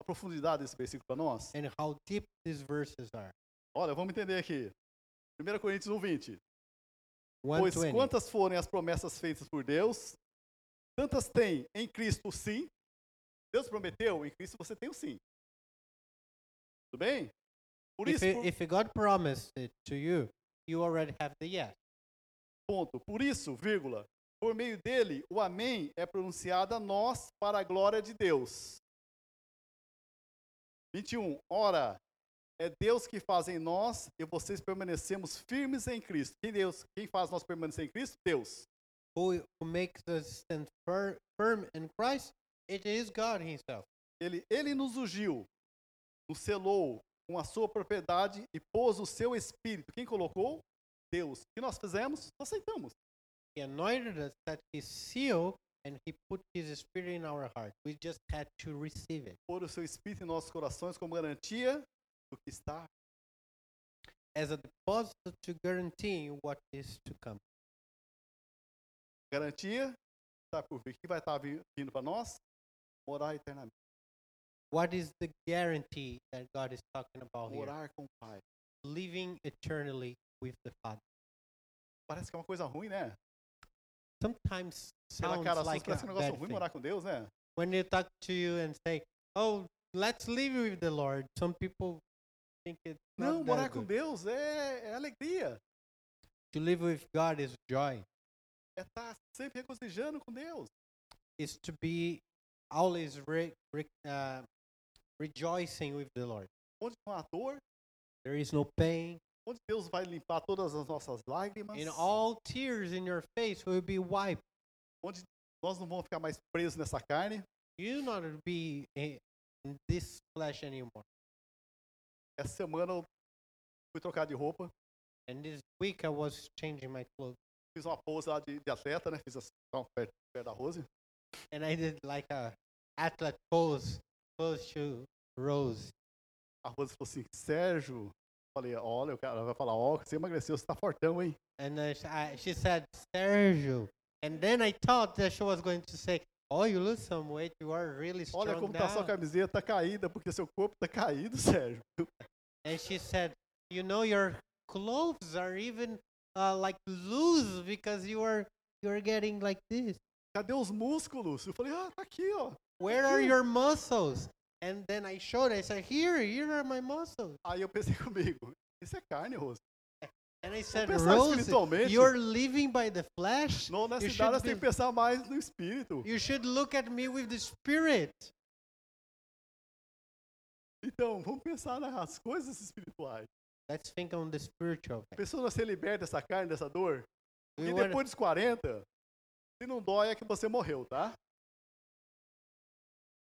Speaker 1: A profundidade desse versículo para nós?
Speaker 2: and how deep these verses are?
Speaker 1: Olha, vamos entender aqui. 1 Coríntios 1:20. Pois
Speaker 2: 120.
Speaker 1: quantas forem as promessas feitas por Deus, tantas tem em Cristo o sim. Deus prometeu, em Cristo você tem o sim. Tudo bem? Por
Speaker 2: if,
Speaker 1: isso,
Speaker 2: it-
Speaker 1: por-
Speaker 2: if God promised it to you, you already have the yes.
Speaker 1: ponto. Por isso, vírgula, por meio dele, o amém é pronunciado a nós para a glória de Deus. 21. Ora, é Deus que faz em nós e vocês permanecemos firmes em Cristo. Quem Deus? Quem faz nós permanecer em Cristo? Deus.
Speaker 2: Who, who makes us stand fir- firm in Christ? It is God Himself.
Speaker 1: Ele, ele nos ungiu, nos selou com a sua propriedade e pôs o seu espírito. Quem colocou? Deus. O que nós fizemos? Nós aceitamos.
Speaker 2: He anointed us that He seal and He put His Spirit in our heart. We just had to receive it
Speaker 1: Pôr o seu espírito em nossos corações como garantia do que está
Speaker 2: as a deposit to guarantee what is to come.
Speaker 1: garantia está por vir. que vai estar vi- vindo para nós? Morar eternamente.
Speaker 2: What is the guarantee that God is talking about here?
Speaker 1: Morar com o Pai.
Speaker 2: Living eternally with the Father.
Speaker 1: Parece que é uma coisa ruim, né?
Speaker 2: Sometimes
Speaker 1: Pela
Speaker 2: sounds
Speaker 1: cara sua,
Speaker 2: like
Speaker 1: parece que é um
Speaker 2: a
Speaker 1: negócio
Speaker 2: bad
Speaker 1: ruim
Speaker 2: thing.
Speaker 1: morar com Deus, né?
Speaker 2: when they talk to you and say, "Oh, let's live with the Lord," some people think it's not
Speaker 1: Não,
Speaker 2: that
Speaker 1: morar com
Speaker 2: good.
Speaker 1: Deus é, é alegria.
Speaker 2: To live with God is joy.
Speaker 1: É estar sempre regozijando com Deus.
Speaker 2: Is to be always re, re, uh, rejoicing with the Lord.
Speaker 1: Onde um não há dor,
Speaker 2: There is no pain,
Speaker 1: onde Deus vai limpar todas as nossas lágrimas,
Speaker 2: and all tears in your face will be wiped.
Speaker 1: onde nós não vamos ficar mais presos nessa carne.
Speaker 2: You not will be in in this flesh anymore.
Speaker 1: Essa semana eu fui trocar de roupa,
Speaker 2: And this week I was changing my clothes,
Speaker 1: fiz uma pose lá de, de atleta, né? Fiz assim, não, perto, perto da Rose.
Speaker 2: and I did like a athlete pose, close to Rose.
Speaker 1: A Rose falou assim, Sérgio, falei, olha, o cara vai falar, ó, você emagreceu, você tá fortão, hein?
Speaker 2: And then she, I, she said, Sergio. And then I thought that she was going to say, Oh, you lose some weight. You are really strong
Speaker 1: Olha como
Speaker 2: now.
Speaker 1: tá sua camiseta caída, porque seu corpo tá caído, *laughs* Sérgio.
Speaker 2: And she said, You know, your clothes are even uh, like loose because you are you're getting like this.
Speaker 1: Cadê os músculos? Eu falei, ah, tá aqui, ó.
Speaker 2: Where are
Speaker 1: Aqui.
Speaker 2: your muscles? And then I showed. her, I said, Here, here are my muscles.
Speaker 1: Aí eu pensei *laughs* comigo, isso é carne, Rose.
Speaker 2: And I said,
Speaker 1: pensar
Speaker 2: Rose,
Speaker 1: espiritualmente.
Speaker 2: you're living by the flesh.
Speaker 1: Não, nessa
Speaker 2: You
Speaker 1: idade
Speaker 2: should
Speaker 1: nós temos
Speaker 2: be-
Speaker 1: que pensar mais no espírito.
Speaker 2: You should look at me with the spirit.
Speaker 1: Então, vamos pensar nas coisas espirituais.
Speaker 2: Let's think on the spiritual.
Speaker 1: A
Speaker 2: thing.
Speaker 1: pessoa não ser liberta dessa carne, dessa dor.
Speaker 2: We
Speaker 1: e
Speaker 2: wanna-
Speaker 1: depois dos 40, se não dói é que você morreu, tá?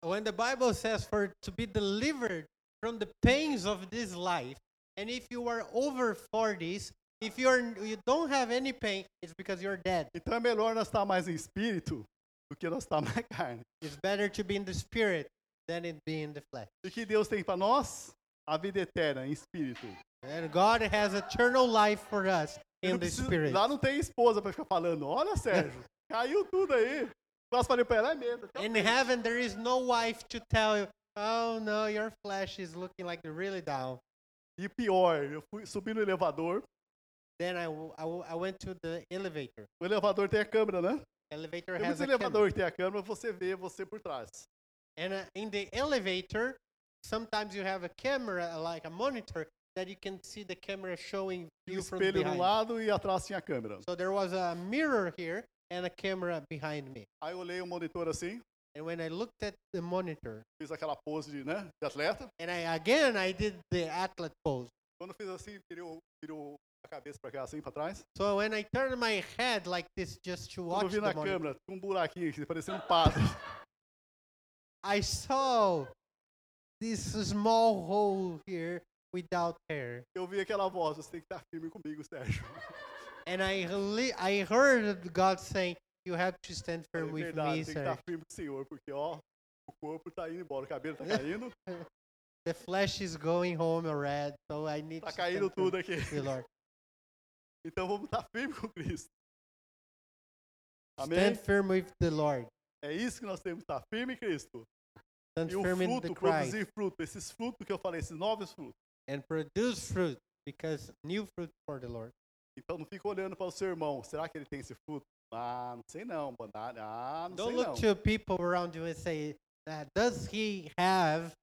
Speaker 2: when the bible says for to be delivered from the pains of this life and if you are over 40s if you're you don't have any pain it's because you're dead
Speaker 1: Então é melhor nós estar mais em espírito do que nós estar na *laughs* carne.
Speaker 2: it's better to be in the spirit than it be in the flesh
Speaker 1: E que Deus tem para nós? A vida eterna em espírito.
Speaker 2: and god has eternal life for us
Speaker 1: Não
Speaker 2: in the
Speaker 1: precisa-
Speaker 2: spirit
Speaker 1: Lá não tem esposa para ficar falando, olha
Speaker 2: *laughs*
Speaker 1: Sérgio, caiu tudo aí. Nós falei para ela, é mesmo. tá
Speaker 2: in
Speaker 1: bem."
Speaker 2: heaven there is no wife to tell you oh no your flesh is looking like really down
Speaker 1: E pior, eu fui subi no elevador.
Speaker 2: then i, w- I, w- I went to the elevator
Speaker 1: O elevador tem a câmera, né?
Speaker 2: elevator
Speaker 1: Tem
Speaker 2: has
Speaker 1: muitos
Speaker 2: a camera.
Speaker 1: elevador que tem a câmera, você vê você por trás.
Speaker 2: And uh, in the elevator, sometimes you have a camera, uh, like a monitor, that you can see the camera showing
Speaker 1: Tinha um
Speaker 2: you from
Speaker 1: espelho de um
Speaker 2: behind.
Speaker 1: lado e atrás tinha a câmera.
Speaker 2: So there was a mirror here and a camera behind me.
Speaker 1: Aí eu olhei o monitor assim,
Speaker 2: And when I looked at the monitor,
Speaker 1: Fiz aquela pose de, né, de atleta.
Speaker 2: and I again I did the athlete pose.
Speaker 1: Quando fiz assim, virou, virou a cabeça para cá, assim, para trás.
Speaker 2: So when I turned my head like this just to
Speaker 1: Quando eu
Speaker 2: watch
Speaker 1: vi
Speaker 2: the
Speaker 1: na
Speaker 2: monitor,
Speaker 1: câmera, tinha um buraquinho aqui, parecia um padre. *laughs*
Speaker 2: I saw this small hole here without hair,
Speaker 1: Eu vi aquela voz, você tem que estar firme comigo,
Speaker 2: *laughs*
Speaker 1: Sérgio.
Speaker 2: and I really, I heard God saying, "You have to stand
Speaker 1: É
Speaker 2: firm with
Speaker 1: verdade,
Speaker 2: me,
Speaker 1: tem que estar
Speaker 2: sir.
Speaker 1: firme com o senhor, porque ó, o corpo tá indo embora, o cabelo
Speaker 2: *laughs*
Speaker 1: tá caindo,
Speaker 2: The flesh is going home already, so I need
Speaker 1: tá
Speaker 2: to stand
Speaker 1: caindo
Speaker 2: firm
Speaker 1: tudo aqui.
Speaker 2: with you, Lord.
Speaker 1: *laughs* Então vamos estar firme com Cristo. Amém?
Speaker 2: Stand firm with the Lord.
Speaker 1: É isso que nós temos, estar firme em Cristo.
Speaker 2: Stand
Speaker 1: E o
Speaker 2: firm in the
Speaker 1: fruto,
Speaker 2: Christ,
Speaker 1: produzir fruto, esses frutos que eu falei, esses novos frutos.
Speaker 2: and produce fruit, because new fruit for the Lord.
Speaker 1: Então não fica olhando para o seu irmão, será que ele tem esse fruto? Ah, não sei não, bandada. Ah, não
Speaker 2: Don't
Speaker 1: sei
Speaker 2: look
Speaker 1: não.
Speaker 2: to people around you and say, "Uh, "Does he have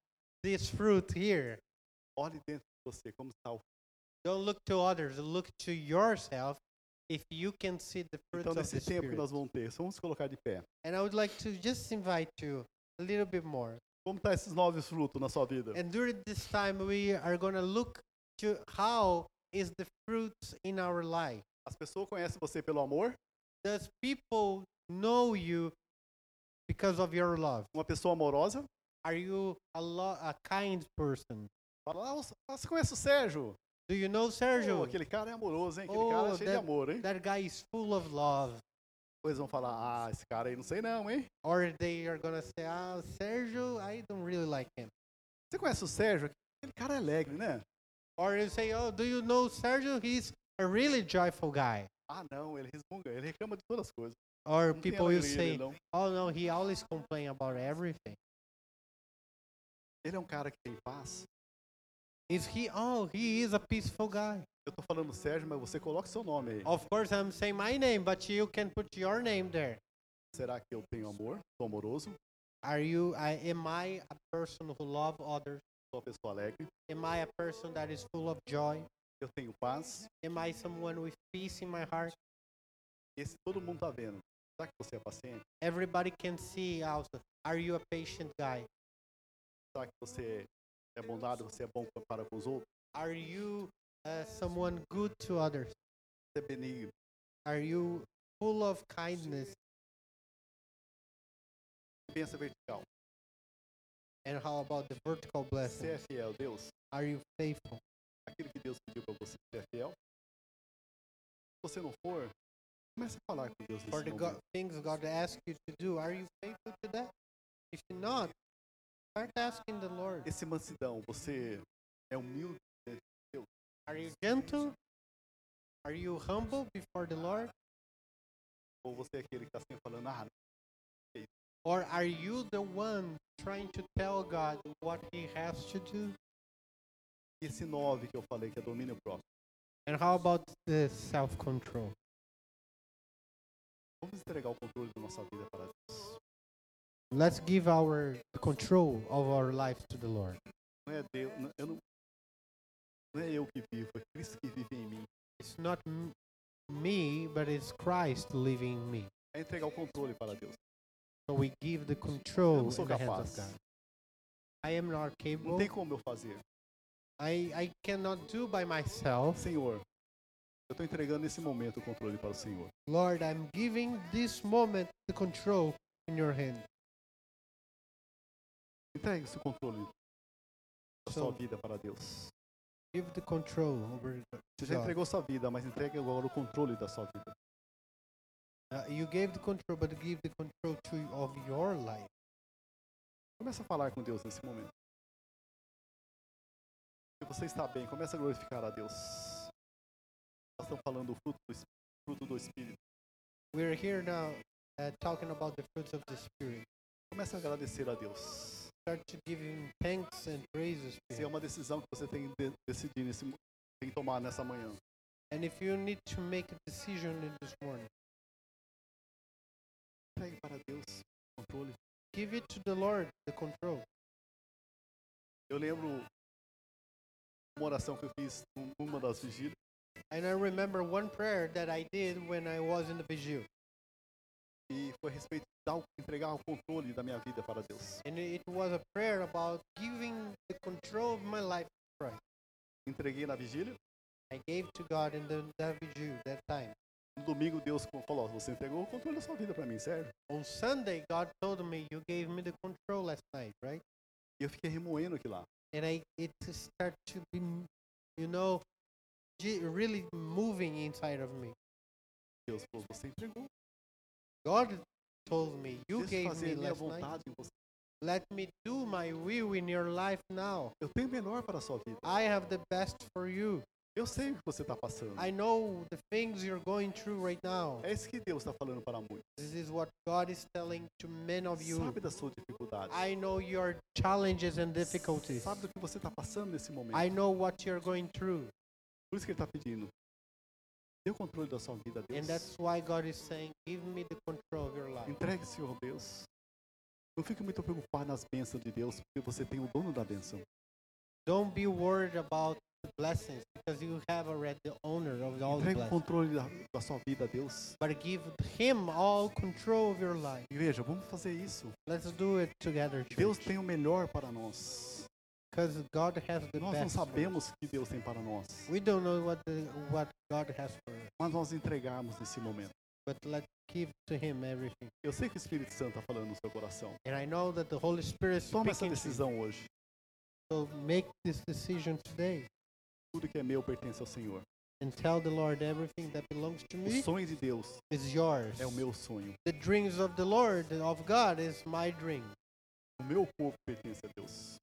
Speaker 2: this fruit here?"
Speaker 1: Olhe dentro de você como está o
Speaker 2: Don't look to others, look to yourself if you can see the fruits
Speaker 1: Então,
Speaker 2: of the
Speaker 1: nesse tempo que
Speaker 2: Spirit.
Speaker 1: nós vamos ter, só vamos colocar de pé.
Speaker 2: And I would like to just invite you a little bit more.
Speaker 1: Como tá esses novos frutos na sua vida?
Speaker 2: And during this time, we are going to look to how is the fruits in our life.
Speaker 1: As pessoas conhecem você pelo amor?
Speaker 2: Does people know you because of your love?
Speaker 1: Uma pessoa amorosa?
Speaker 2: Are you a, lo- a kind person?
Speaker 1: Fala, ah, você- ah, você conhece o Sérgio?
Speaker 2: Do you know
Speaker 1: Pô,
Speaker 2: Sergio?
Speaker 1: aquele cara é amoroso, hein? Aquele
Speaker 2: Oh,
Speaker 1: cara é cheio de
Speaker 2: that-
Speaker 1: amor, hein?
Speaker 2: that guy is full of love.
Speaker 1: Depois vão falar, ah, esse cara aí não sei não, hein?
Speaker 2: Or they are going to say, ah, Sergio, I don't really like him.
Speaker 1: Você conhece o Sérgio? Aquele cara é alegre, né?
Speaker 2: Or you say, oh, do you know Sergio? He's a really joyful guy.
Speaker 1: Ah, não, ele resmunga, ele reclama de todas as coisas.
Speaker 2: Or
Speaker 1: Não tem
Speaker 2: people will
Speaker 1: alegria nele,
Speaker 2: say,
Speaker 1: não.
Speaker 2: oh no, he always complain about everything.
Speaker 1: Ele é um cara que tem paz.
Speaker 2: Is he? Oh, he is a peaceful guy.
Speaker 1: Eu tô falando Sérgio, mas você coloca seu nome aí.
Speaker 2: Of course, I'm saying my name, but you can put your name there.
Speaker 1: Será que eu tenho amor? Sou amoroso?
Speaker 2: Are you? I, am I a person who love others?
Speaker 1: Sou uma pessoa alegre?
Speaker 2: Am I a person that is full of joy?
Speaker 1: Eu tenho paz?
Speaker 2: Am I someone with peace in my heart?
Speaker 1: Esse todo mundo tá vendo. Será que você é paciente?
Speaker 2: Everybody can see also. Are you a patient guy?
Speaker 1: Será que você é bondado? Você é bom para com os outros?
Speaker 2: Are you uh, someone good to others?
Speaker 1: Você é benigno?
Speaker 2: Are you full of kindness?
Speaker 1: Pensa vertical.
Speaker 2: And how about the vertical
Speaker 1: Você é
Speaker 2: blessings?
Speaker 1: fiel, Deus.
Speaker 2: Are you faithful?
Speaker 1: Aquilo que Deus pediu para você, você é fiel. Se você não for, comece a falar com Deus
Speaker 2: For
Speaker 1: nesse
Speaker 2: the God,
Speaker 1: momento.
Speaker 2: things God asks you to do, are you faithful to that? If you're not, start asking the Lord.
Speaker 1: Esse mansidão, você é humilde?
Speaker 2: Are you gentle? Are you humble before the Lord?
Speaker 1: Ou você é aquele que está sempre falando, ah,
Speaker 2: Or are you the one trying to tell God what He has to do?
Speaker 1: e esse nove que eu falei que é domínio próprio?
Speaker 2: And how about the self control?
Speaker 1: Vamos entregar o controle da nossa vida para Deus.
Speaker 2: Let's give our the control of our life to the Lord.
Speaker 1: Não é Deus, não- eu não, não é eu que vivo, é Cristo que vive em mim.
Speaker 2: It's not m- me, but it's Christ living in me.
Speaker 1: É entregar o controle para Deus.
Speaker 2: So we give the
Speaker 1: Eu
Speaker 2: control
Speaker 1: não sou
Speaker 2: in the hands
Speaker 1: capaz.
Speaker 2: of God. I am
Speaker 1: Não
Speaker 2: not capable.
Speaker 1: tem como eu fazer.
Speaker 2: I, I cannot do by myself.
Speaker 1: Senhor, eu estou entregando nesse momento o controle para o Senhor.
Speaker 2: Lord, I'm giving this moment the control in your hand.
Speaker 1: Entregue esse controle da
Speaker 2: So-
Speaker 1: sua vida para Deus.
Speaker 2: Give the control over.
Speaker 1: Você já
Speaker 2: God.
Speaker 1: entregou sua vida, mas entregue agora o controle da sua vida.
Speaker 2: Uh, you gave the control, but give the control to of your life.
Speaker 1: Começa a falar com Deus nesse momento. Se você está bem, começa a glorificar a Deus. Nós estamos falando do fruto do, Espí- fruto do Espírito.
Speaker 2: We're here now uh, talking about the fruits of the Spirit.
Speaker 1: Começa a agradecer a Deus.
Speaker 2: Start to give Him thanks and praises. to
Speaker 1: Se é
Speaker 2: Him.
Speaker 1: uma decisão que você tem que de- decidir nesse mo- tem que tomar nessa manhã.
Speaker 2: And if you need to make a decision in this morning,
Speaker 1: Entregue para Deus o controle.
Speaker 2: give it to the Lord the control.
Speaker 1: Eu lembro uma oração que eu fiz num- numa das vigílias.
Speaker 2: And I remember one prayer that I did when I was in the vigil.
Speaker 1: e foi a respeito de dar, o- entregar o controle da minha vida para Deus.
Speaker 2: And it was a prayer about giving the control of my life to Christ.
Speaker 1: Entreguei na vigília.
Speaker 2: I gave to God in the David Jew that time.
Speaker 1: No domingo, Deus falou: "Ó, Você entregou o controle da sua vida para mim, sério?
Speaker 2: On Sunday, God told me, "You gave me the control last night, right?"
Speaker 1: E eu fiquei remoendo aquilo lá.
Speaker 2: And I it start to be, m- you know, ge- really moving inside of me.
Speaker 1: Deus falou: Você entregou.
Speaker 2: God told me, "You
Speaker 1: Deixa eu
Speaker 2: gave
Speaker 1: fazer
Speaker 2: me
Speaker 1: a minha
Speaker 2: last night.
Speaker 1: vontade em você.
Speaker 2: Let me do my will in your life now.
Speaker 1: Eu tenho o melhor para a sua vida.
Speaker 2: I have the best for you.
Speaker 1: Eu sei o que você está passando.
Speaker 2: I know the things you're going through right now."
Speaker 1: É isso que Deus está falando para muitos.
Speaker 2: This is what God is telling to men of you.
Speaker 1: Sabe da sua dificuldade.
Speaker 2: I know your challenges and difficulties.
Speaker 1: Sabe do que você está passando nesse momento.
Speaker 2: I know what you're going through.
Speaker 1: Por isso que ele está pedindo. Dê o controle da sua vida a Deus.
Speaker 2: And that's why God is saying, Give me the control of your life.
Speaker 1: Entregue, Senhor Deus. Não fique muito preocupado nas bênçãos de Deus, porque você tem o dono da bênção.
Speaker 2: Don't be worried about the blessings because you have already the owner of all the
Speaker 1: Entregue o
Speaker 2: blessings.
Speaker 1: controle da, da sua vida a Deus.
Speaker 2: But give Him all control of your life.
Speaker 1: E veja, vamos fazer isso.
Speaker 2: Let's do it together,
Speaker 1: Deus
Speaker 2: church.
Speaker 1: tem o melhor para nós.
Speaker 2: Because God has the
Speaker 1: Nós não
Speaker 2: best. for us.
Speaker 1: sabemos o que Deus tem para nós,
Speaker 2: We don't know what the, what God has for us,
Speaker 1: mas nós entregamos nesse momento.
Speaker 2: but let's give to Him everything.
Speaker 1: Eu sei que o Espírito Santo está falando no seu coração.
Speaker 2: And I know that the Holy Spirit is
Speaker 1: Toma essa
Speaker 2: speaking to you.
Speaker 1: decisão hoje.
Speaker 2: So make this decision today
Speaker 1: Tudo que é meu pertence ao Senhor.
Speaker 2: and tell the Lord everything that belongs to
Speaker 1: O
Speaker 2: me
Speaker 1: sonho de Deus
Speaker 2: is yours.
Speaker 1: é o meu sonho.
Speaker 2: The dreams of the Lord and of God is my dream.
Speaker 1: O meu corpo pertence a Deus.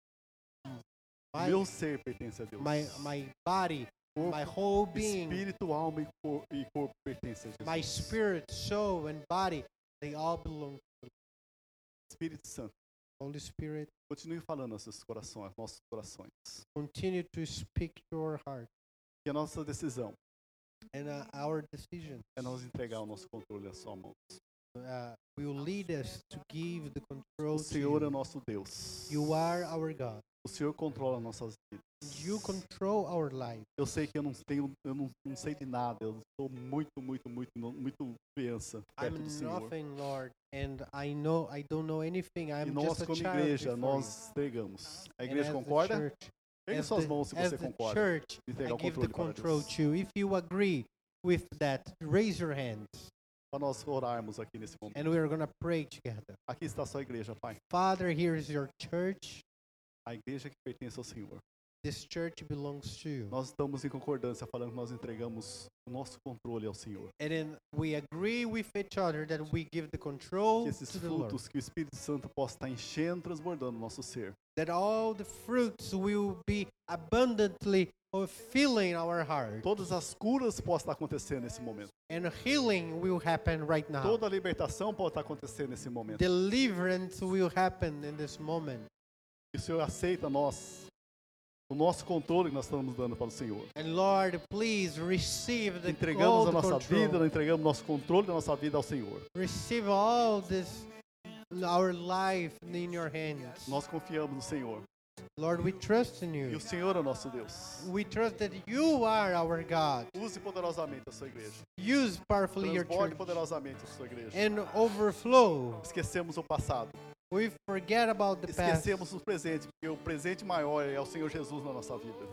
Speaker 1: O
Speaker 2: My
Speaker 1: meu ser pertence a Deus.
Speaker 2: my my body,
Speaker 1: corpo,
Speaker 2: my whole being,
Speaker 1: espírito, alma e, cor e corpo pertence a Jesus.
Speaker 2: my spirit, soul and body, they all belong to
Speaker 1: Espírito Santo,
Speaker 2: the Holy Spirit.
Speaker 1: continue falando aos seus corações, aos nossos corações.
Speaker 2: Continue to speak to our heart
Speaker 1: Que a nossa decisão
Speaker 2: and uh, our decision
Speaker 1: é nós entregar o nosso controle à sua mão.
Speaker 2: uh, will lead us to give the
Speaker 1: O
Speaker 2: control to
Speaker 1: Senhor é
Speaker 2: you.
Speaker 1: nosso Deus.
Speaker 2: You are our God.
Speaker 1: O Senhor controla nossas
Speaker 2: You
Speaker 1: vidas.
Speaker 2: control our life.
Speaker 1: Eu sei que eu não tenho, eu não, não sei de nada. Eu sou muito, muito, muito, muito criança perto do
Speaker 2: I'm
Speaker 1: Senhor.
Speaker 2: nothing, Lord, and I know I don't know anything.
Speaker 1: E
Speaker 2: I'm
Speaker 1: nós,
Speaker 2: just a
Speaker 1: como
Speaker 2: child
Speaker 1: igreja,
Speaker 2: before you.
Speaker 1: nós entregamos. A
Speaker 2: And
Speaker 1: igreja
Speaker 2: as the
Speaker 1: concorda?
Speaker 2: church-
Speaker 1: Pegue
Speaker 2: as
Speaker 1: suas
Speaker 2: the-
Speaker 1: mãos se
Speaker 2: as
Speaker 1: você
Speaker 2: the
Speaker 1: concorda. de
Speaker 2: Church, I
Speaker 1: Entregar o
Speaker 2: give the
Speaker 1: controle para
Speaker 2: control
Speaker 1: Deus.
Speaker 2: to you. If you agree with that, raise your hands,
Speaker 1: Para nós orarmos aqui nesse momento.
Speaker 2: and we are gonna pray together.
Speaker 1: Aqui está a sua igreja, Pai.
Speaker 2: Father, here is your church.
Speaker 1: A igreja que pertence ao Senhor.
Speaker 2: This church belongs to you,
Speaker 1: Nós estamos em concordância falando que nós entregamos o nosso controle ao Senhor.
Speaker 2: and then we agree with each other that we give the
Speaker 1: Que
Speaker 2: control
Speaker 1: esses
Speaker 2: to the Lord.
Speaker 1: frutos que o Espírito Santo possa estar enchendo, transbordando o nosso ser.
Speaker 2: That all the fruits will be abundantly filling our heart.
Speaker 1: Todas as curas possam estar acontecendo nesse momento.
Speaker 2: and healing will happen right now.
Speaker 1: Toda a libertação pode estar acontecendo nesse momento.
Speaker 2: Deliverance will happen in this moment.
Speaker 1: E o Senhor aceita nós, o nosso controle que nós estamos dando para o Senhor.
Speaker 2: And Lord, please receive the all
Speaker 1: Entregamos
Speaker 2: the
Speaker 1: a nossa
Speaker 2: control.
Speaker 1: vida, nós entregamos nosso controle da nossa vida ao Senhor.
Speaker 2: Receive all this our life in your hands.
Speaker 1: Nós confiamos no Senhor.
Speaker 2: Lord, we trust in
Speaker 1: E
Speaker 2: you.
Speaker 1: o Senhor é o nosso Deus.
Speaker 2: We trust that you are our God.
Speaker 1: Use poderosamente a sua igreja.
Speaker 2: Use powerfully your
Speaker 1: Transborde
Speaker 2: church
Speaker 1: poderosamente a sua igreja.
Speaker 2: and overflow.
Speaker 1: Esquecemos o passado.
Speaker 2: We forget about the past.
Speaker 1: Esquecemos o presente, porque o presente maior é o Senhor Jesus na nossa vida.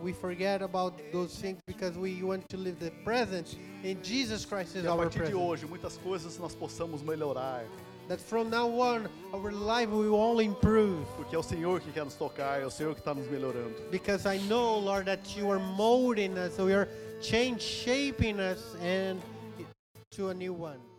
Speaker 2: We forget about those things because we want to live the present. And Jesus Christ is
Speaker 1: E a
Speaker 2: our
Speaker 1: partir de
Speaker 2: present.
Speaker 1: hoje, muitas coisas nós possamos melhorar,
Speaker 2: that from now on our life will only improve
Speaker 1: porque é o Senhor que quer nos tocar, é o Senhor que está nos melhorando.
Speaker 2: because I know, Lord, that you are molding us, you are change shaping us and to a new one.